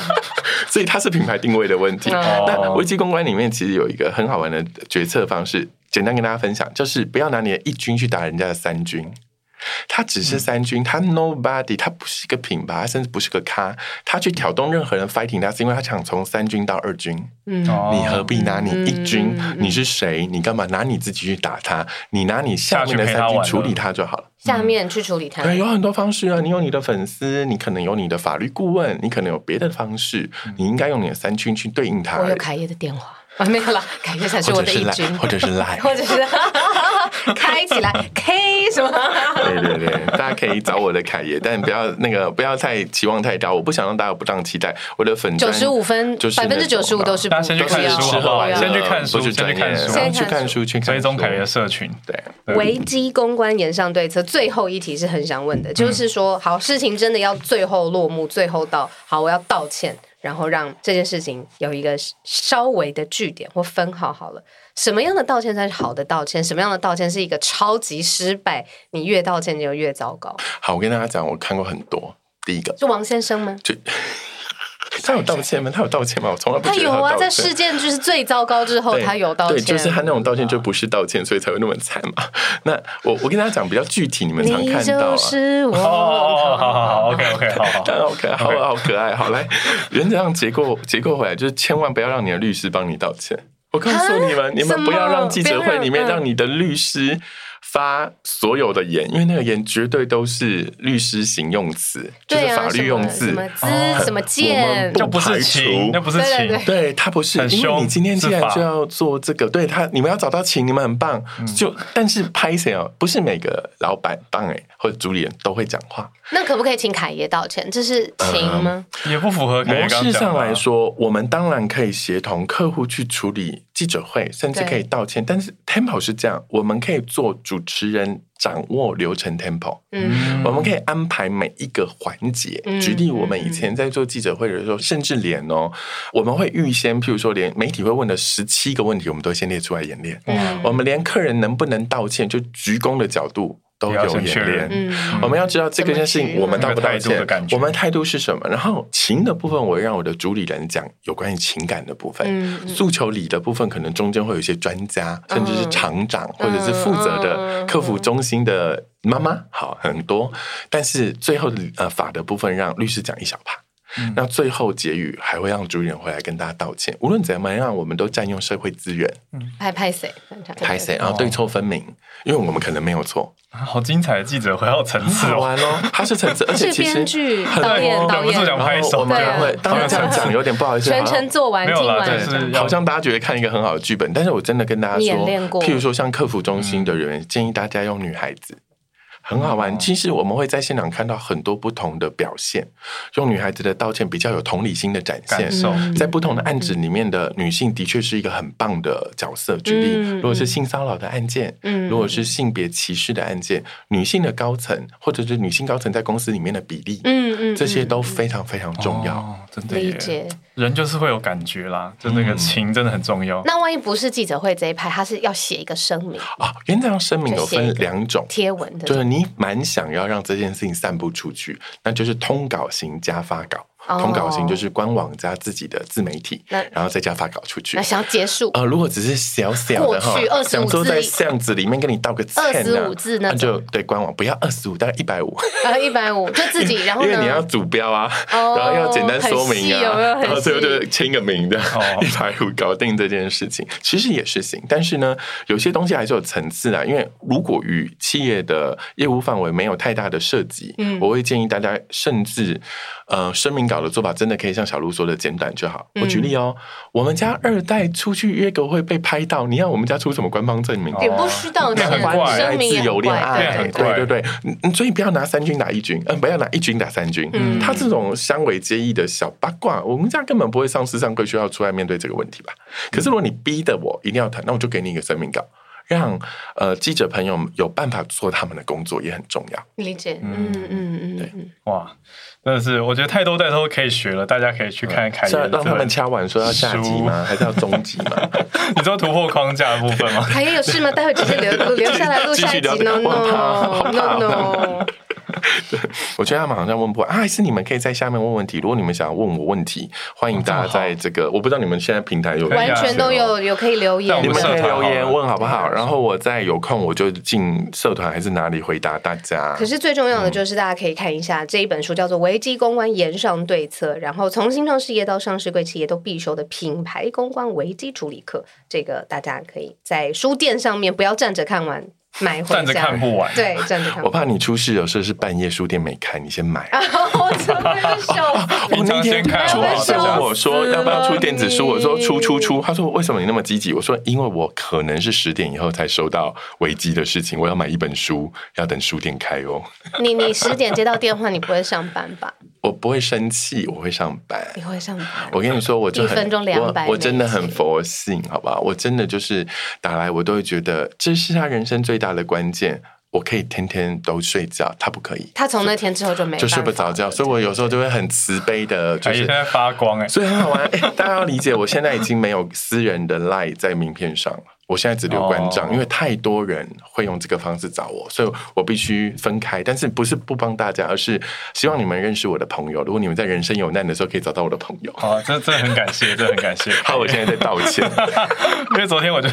S2: 所以它是品牌定位的问题。
S1: 哦
S2: 那
S4: 哦
S2: 危机公关里面其实有一个很好玩的决策方式，简单跟大家分享，就是不要拿你的一军去打人家的三军。他只
S1: 嗯
S2: 是三军，他 nobody，他不是一个品牌，他甚至不是个咖。他去挑动任何人 fighting 他，是因为他想从三军到二军。
S1: 嗯，
S4: 哦
S2: 你何必拿你一军？
S1: 嗯嗯嗯
S2: 你是谁？你干嘛拿你自己去打他？你拿你下面的
S4: 下去陪他
S2: 三
S4: 玩
S2: 军
S4: 了
S2: 处理他就好了。
S1: 下面去处理它。
S2: 对，有很多方式啊。你有你的粉丝，你可能有你的法律顾问，你可能有别的方式，你应该用你的三军去对应他
S1: 嗯我
S2: 而
S1: 有
S2: 已。
S1: 凯爷的电话，啊，没有啦，凯爷才是
S2: 或
S1: 我
S2: 者
S1: 的
S2: 是
S1: 一
S2: 赖
S1: 军，，
S2: 或者是 赖，
S1: 或者是 开起来 K 什么？
S2: 对对对，大家可以找我的凯爷，但不要那个不要太期望太高，我不想让大家有不当期待。我的粉
S1: 九十五分
S2: 就，是
S1: 百
S2: 那
S1: 分之九十五
S2: 种
S1: 都是
S4: 大家先去
S2: 都
S1: 不
S2: 是
S4: 看
S1: 要
S4: 书好不
S2: 喝
S4: 好
S1: 不？要
S4: 先去看书，
S2: 不是
S4: 先去
S2: 专
S4: 看
S2: 业，
S4: 书，
S1: 先
S2: 去看
S1: 看
S2: 书，去看
S4: 追踪
S2: 书
S4: 凯爷的社群。
S2: 对。
S4: 对
S1: 危机公关言上对策，最后一题是
S2: 嗯
S1: 很想问的，就是说，好，事情真的要最后落幕，最后到好，我要道歉，然后让这件事情有一个稍微的据点或分号好了。什么样的道歉才是好的道歉？什么样的道歉是一个超级失败？你越道歉就越糟糕。
S2: 好，我跟大家讲，我看过很多。第一个
S1: 是王先生吗？
S2: 就他有道歉吗？他有道歉吗？我从来不
S1: 他
S2: 觉得
S1: 有
S2: 有
S1: 啊，
S2: 道
S1: 在
S2: 歉
S1: 事件就是最糟糕之后，
S2: 对
S1: 他有道歉。
S2: 对，就是他那种道歉就不是道歉，所以才会那么惨嘛。 那我我跟大家讲比较具体，你们常
S1: 你
S2: 看到
S1: 就
S2: 啊。
S1: 是我。
S4: 哦哦哦，好好好，OK OK，好好。
S2: 当然 OK，好啊好可爱，好来，原则上结构结构回来就是千万不要让你的律师帮你道歉。我告诉你们，你
S1: 什
S2: 们
S1: 么
S2: 不要让记者
S1: 不要
S2: 会
S1: 让
S2: 里面
S1: 嗯
S2: 让你的律师发所有的言，因为那个言绝对都是律师形用词，就
S1: 对
S2: 是
S1: 啊，
S2: 法律用字哦
S1: 什。么什么资什么
S2: 我
S1: 见
S2: 们不
S4: 那不是情，那不是
S1: 对对对，
S4: 情
S2: 对他不是
S4: 很，
S2: 因为
S4: 凶
S2: 你今天既然
S4: 是法
S2: 就要做这个，对他，你们要找到情，你们很棒。
S4: 嗯
S2: 就但是拍谁哦，不是每个老板当哎或者主理人都会讲话。
S1: 那可不可以请凯爷道歉？这是情吗？
S4: 也不符合凯
S2: 模
S4: 爷刚
S2: 式
S4: 刚讲的啊
S2: 上来，说，我们当然可以协同客户去处理记者会，甚至
S1: 对
S2: 可以道歉。但是 tempo 是这样，我们可以做主持人掌握流程 tempo，
S1: 嗯，
S2: 我们可以安排每一个环节
S1: 嗯。
S2: 举例，我们以前在做记者会的时候，甚至连哦，我们会预先，譬如说，连媒体会问的十七个问题，我们都先列出来演练。
S1: 嗯
S2: 我们连客人能不能道歉，就鞠躬的角度都
S4: 也要
S2: 有
S4: 先确
S2: 演练。
S4: 认
S1: 嗯
S2: 我们要知道这个件事
S1: 怎么
S2: 情，
S1: 去
S2: 我们道不道
S4: 那个态度的
S2: 歉
S4: 感，觉
S2: 我们态度是什么。然后情的部分，我会让我的主理人讲有关于情感的部分。
S1: 嗯嗯
S2: 诉求理的部分，可能中间会有一些专家，甚至是厂长或者是负责
S1: 嗯嗯
S2: 的客服中心的妈妈，好很多。但是最后的呃法的部分，让律师讲一小趴。那最后结语还会让主理人回来跟大家道歉。无论怎么样，我们都占用社会资源，
S1: 拍拍谁？
S2: 拍谁啊？对错分明，因为我们可能没有错。
S4: 好精彩的记者会，好有层次
S2: 好
S4: 哦。
S2: 玩哦，它是层次，而且
S1: 是
S2: 其
S1: 编
S2: 实。
S1: 剧、
S2: 很
S1: 导演、
S4: 对
S1: 导
S4: 忍不住
S1: 演
S4: 想拍
S2: 然后
S4: 手
S2: 我们
S1: 对啊
S2: 会，当然这样讲有点不好意思，
S1: 全
S2: 好像
S1: 程做完嗯
S4: 没有
S1: 今
S4: 啦
S1: 晚
S4: 对是要
S2: 好像大家觉得看一个很好的剧本，但是我真的跟大家
S1: 你演
S2: 说
S1: 练过，
S2: 譬如说像客服中心的人员，建议大家用女孩子。很好
S1: 哦
S2: 玩，其实我们会在现场看到很多不同的表现，用女孩子的道歉比较有同理心的展现
S4: 感，受
S1: 嗯
S2: 在不同的案子里面的女性的确是一个很棒的角色。举例，
S1: 嗯
S2: 如果是性骚扰的案件，
S1: 嗯
S2: 如果是性别歧视的案件，女性的高层或者是女性高层在公司里面的比例，
S1: 嗯嗯，
S2: 这些
S1: 嗯
S2: 都非常非常重要。
S4: 哦真的
S1: 理
S4: 耶。
S1: 解。
S4: 人就是会有感觉啦，就那个情真的很重要。
S1: 那万一不是记者会这一派，他是要写一个声明、
S2: 啊，原则上声明有分两种。
S1: 贴文的，
S2: 就是你蛮想要让这件事情散布出去，那就是通稿型加发稿。
S1: 哦
S2: 通稿型就是官网加自己的自媒体，
S1: 那
S2: 然后再加发稿出去
S1: 那。想要结束
S2: 啊、如果只是小小的哈
S1: 过去，25
S2: 想说在
S1: 字
S2: 巷子里面跟你道个歉呢、
S1: 25字那
S2: 那就对官网不要二十五，大概一百五，
S1: 呃一百五，就自己，然后
S2: 因为你要
S1: 呢？
S2: 主标啊，
S1: 哦
S2: 然后要简单说明
S1: 很细有
S2: 啊，
S1: 没有 很细
S2: 然后最后就签个名的
S4: 哦，
S2: 一百五搞定这件事情，其实也是行。但是呢，有些东西还是有层次啦，因为如果与企业的业务范围没有太大的涉及，
S1: 嗯
S2: 我会建议大家，甚至呃，声明稿的做法真的可以像小鹿说的简短就好。
S1: 嗯
S2: 我举例哦，我们家二代出去约个会被拍到，你要我们家出什么官方证明？
S4: 哦
S1: 也不需道
S4: 那
S1: 歉，
S4: 很怪
S1: 声
S2: 爱
S1: 明
S2: 自
S1: 也
S2: 由
S1: 很
S2: 恋
S1: 怪，
S2: 爱，
S4: 很
S1: 对对
S4: 怪
S2: 对对对，嗯嗯所以不要拿三军打一军，嗯，不要拿一军打三军，
S1: 嗯
S2: 他这种相为皆异的小八卦，我们这样根本不会上市上柜需要出来面对这个问题吧？可是如果你逼得我一定要谈，那我就给你一个声明稿，让呃记者朋友们有办法做他们的工作也很重要。
S1: 对理解，嗯
S4: 嗯
S1: 嗯嗯嗯嗯，
S4: 哇，真的是，我觉得太多代都可以学了，大家可以去看凯爷
S2: 是要
S4: 的
S2: 让他们
S4: 这
S2: 敲碗说要下集吗？还是要中集 吗？
S4: 本你知道突破框架的部分吗？
S1: 凯爷有事吗？待会直接留留下来录下一集
S2: 继
S1: ，no
S2: 续聊
S1: no
S2: 好怕
S1: no
S2: 好怕
S1: no，
S2: 我觉得他们好像问不完啊，还是你们可以在下面问问题。如果你们想问我问题，欢迎大家在哦这个，我不知道你们现在平台有
S4: 可以啊
S1: 完全都有有可以留言
S4: 但
S2: 你
S4: 我
S2: 们
S4: 社
S2: 可
S4: 团
S2: 以
S4: 好
S2: 留
S4: 了
S2: 言问好不好？
S4: 对
S2: 然后我再有空我就进社团还是哪里回答大家
S1: 可。是最重要的就是，大家可以看一下、这一本书，叫做《危机公关延上对策》，然后从新创事业到上市贵企业都必修的品牌公关危机处理课。这个大家可以在书店上面不要站着看完，买回家。
S4: 站着看不完，
S1: 对，站着看
S2: 我
S1: 完。
S2: 怕你出事，有时候是半夜书店没开，你先买。
S1: 我真的要笑死。
S2: 我
S4: 平常
S2: 那天
S4: 先看
S2: 出版社
S1: 好不好
S2: 问我说要不要出电子书，我说
S1: 你
S2: 出出出。他说为什么你那么积极？我说因为我可能是十点以后才收到危机的事情，我要买一本书，要等书店开哦。
S1: 你你十点接到电话，你不会上班吧？
S2: 我不会生气，我会上班。
S1: 你会上班？
S2: 我跟你说，我就很
S1: 一分钟200
S2: 我我真的很
S1: 美金
S2: 佛性，好吧？我真的就是打来，我都会觉得这是他人生最大的关键。我可以天天都睡觉，他不可以，
S1: 他从那天之后就没
S2: 就睡
S1: 办
S2: 不
S1: 法
S2: 着觉，
S1: 了
S2: 所以我有时候就会很慈悲 的，就
S4: 哎，
S2: 是
S4: 现在发光哎，
S2: 所以很好玩。欸大家要理解，我现在已经没有私人的 line 在名片上了。我现在只留关账
S4: 哦
S2: 因为太多人会用这个方式找我，所以我必须分开。但是不是不帮大家，而是希望你们认识我的朋友。如果你们在人生有难的时候，可以找到我的朋友。
S4: 好，这这很感谢，这很感谢。
S2: 好，我现在在道歉，
S4: 因为昨天我就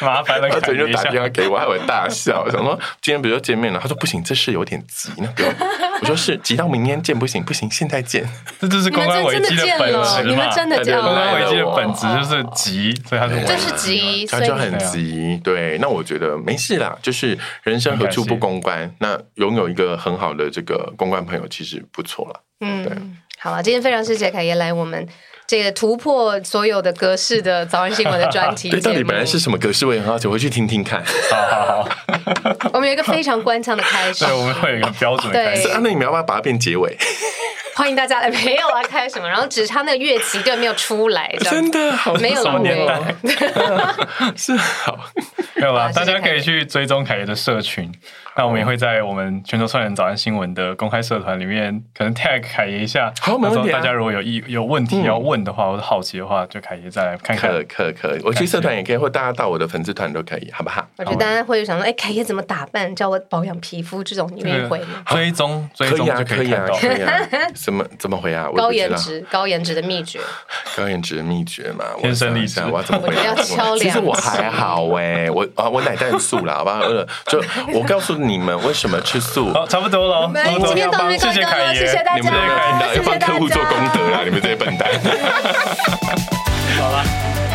S4: 麻烦了
S2: 他昨
S4: 凯
S2: 天就
S4: 莉一
S2: 打
S4: 下，
S2: 电话给我，害我大笑，想说今天比如说见面了，他说不行，这事有点急，那个我说是急到明天见不行，不行，现在见。
S4: 这就是
S1: 你们
S4: 公关危
S1: 真
S4: 机
S1: 的
S4: 的
S1: 见
S4: 本
S1: 了，
S4: 质
S1: 你
S4: 嘛
S1: 们。真的见
S2: 对
S4: 公关危
S1: 了，
S4: 机的本质就是急，所以他是
S2: 对
S1: 这
S4: 危
S1: 是急，
S2: 他
S1: 所以
S2: 啊就很急，对。那我觉得没事啦，就是人生何处不公关，那拥有一个很好的这个公关朋友其实不错了。
S1: 嗯，好啊，今天非常谢谢凯爷来我们这个突破所有的格式的早安新闻的专题
S2: 对，到底
S1: 节目
S2: 本来是什么格式，我也很好奇，我会去听听看。
S4: 好好好，
S1: 我们有一个非常官腔的开 始
S4: 对，，我们会有一个标准的开始
S1: 对。
S2: 啊，那你们要不要把它变结 尾？
S1: 欢迎大家来。 没有啊，开什么？然后只是他那个乐器对没有出来，这样
S2: 真的好，
S1: 没有哦
S4: 什么年代？
S2: 是好，
S4: 没有
S1: 好
S4: 啦，
S1: 谢谢
S4: 大家
S1: 凯
S4: 可
S1: 爷
S4: 以去追踪凯爷的社群。那我们也会在我们全球串联早安新闻的公开社团里面，可能 tag 凯爷一下。
S2: 好没问题啊嗯
S4: 到时候大家如果有意有问题要问的话，或者好奇的话，就凯爷再来看看
S2: 可。可可以，我去社团也可以，或大家到我的粉丝团都可以，好不好？
S1: 我觉得大家会想说，哎，凯爷怎么打扮？叫我保养皮肤这种，你
S2: 啊
S1: 愿意回吗？
S4: 追踪追
S2: 可
S4: 踪
S2: 以啊，
S4: 就
S2: 可以
S4: 以看
S2: 啊，
S4: 到。
S2: 可以啊。 怎么怎么回啊？我也不
S1: 高颜
S2: 知道，
S1: 值，高颜值的秘诀，
S2: 高颜值的秘诀嘛，我
S4: 天生
S2: 想一
S4: 丽
S2: 下
S4: 质
S2: 我要怎么 回
S1: 我觉得要
S2: 答
S1: 敲？
S2: 其实
S1: 两
S2: 我
S1: 次
S2: 还好哎、我啊，我奶蛋素啦，好吧，饿了 就我告诉你们为什么吃素。
S4: 好，差不多了哦，
S1: 们
S4: 差不多
S1: 今天到这边
S4: 谢
S1: 告
S4: 谢
S1: 一段
S4: 凯
S1: 落
S4: 爷，
S1: 谢谢大家
S2: 你啊们有没有听到？要帮客户做功德啦，你们这些笨蛋。
S4: 好了。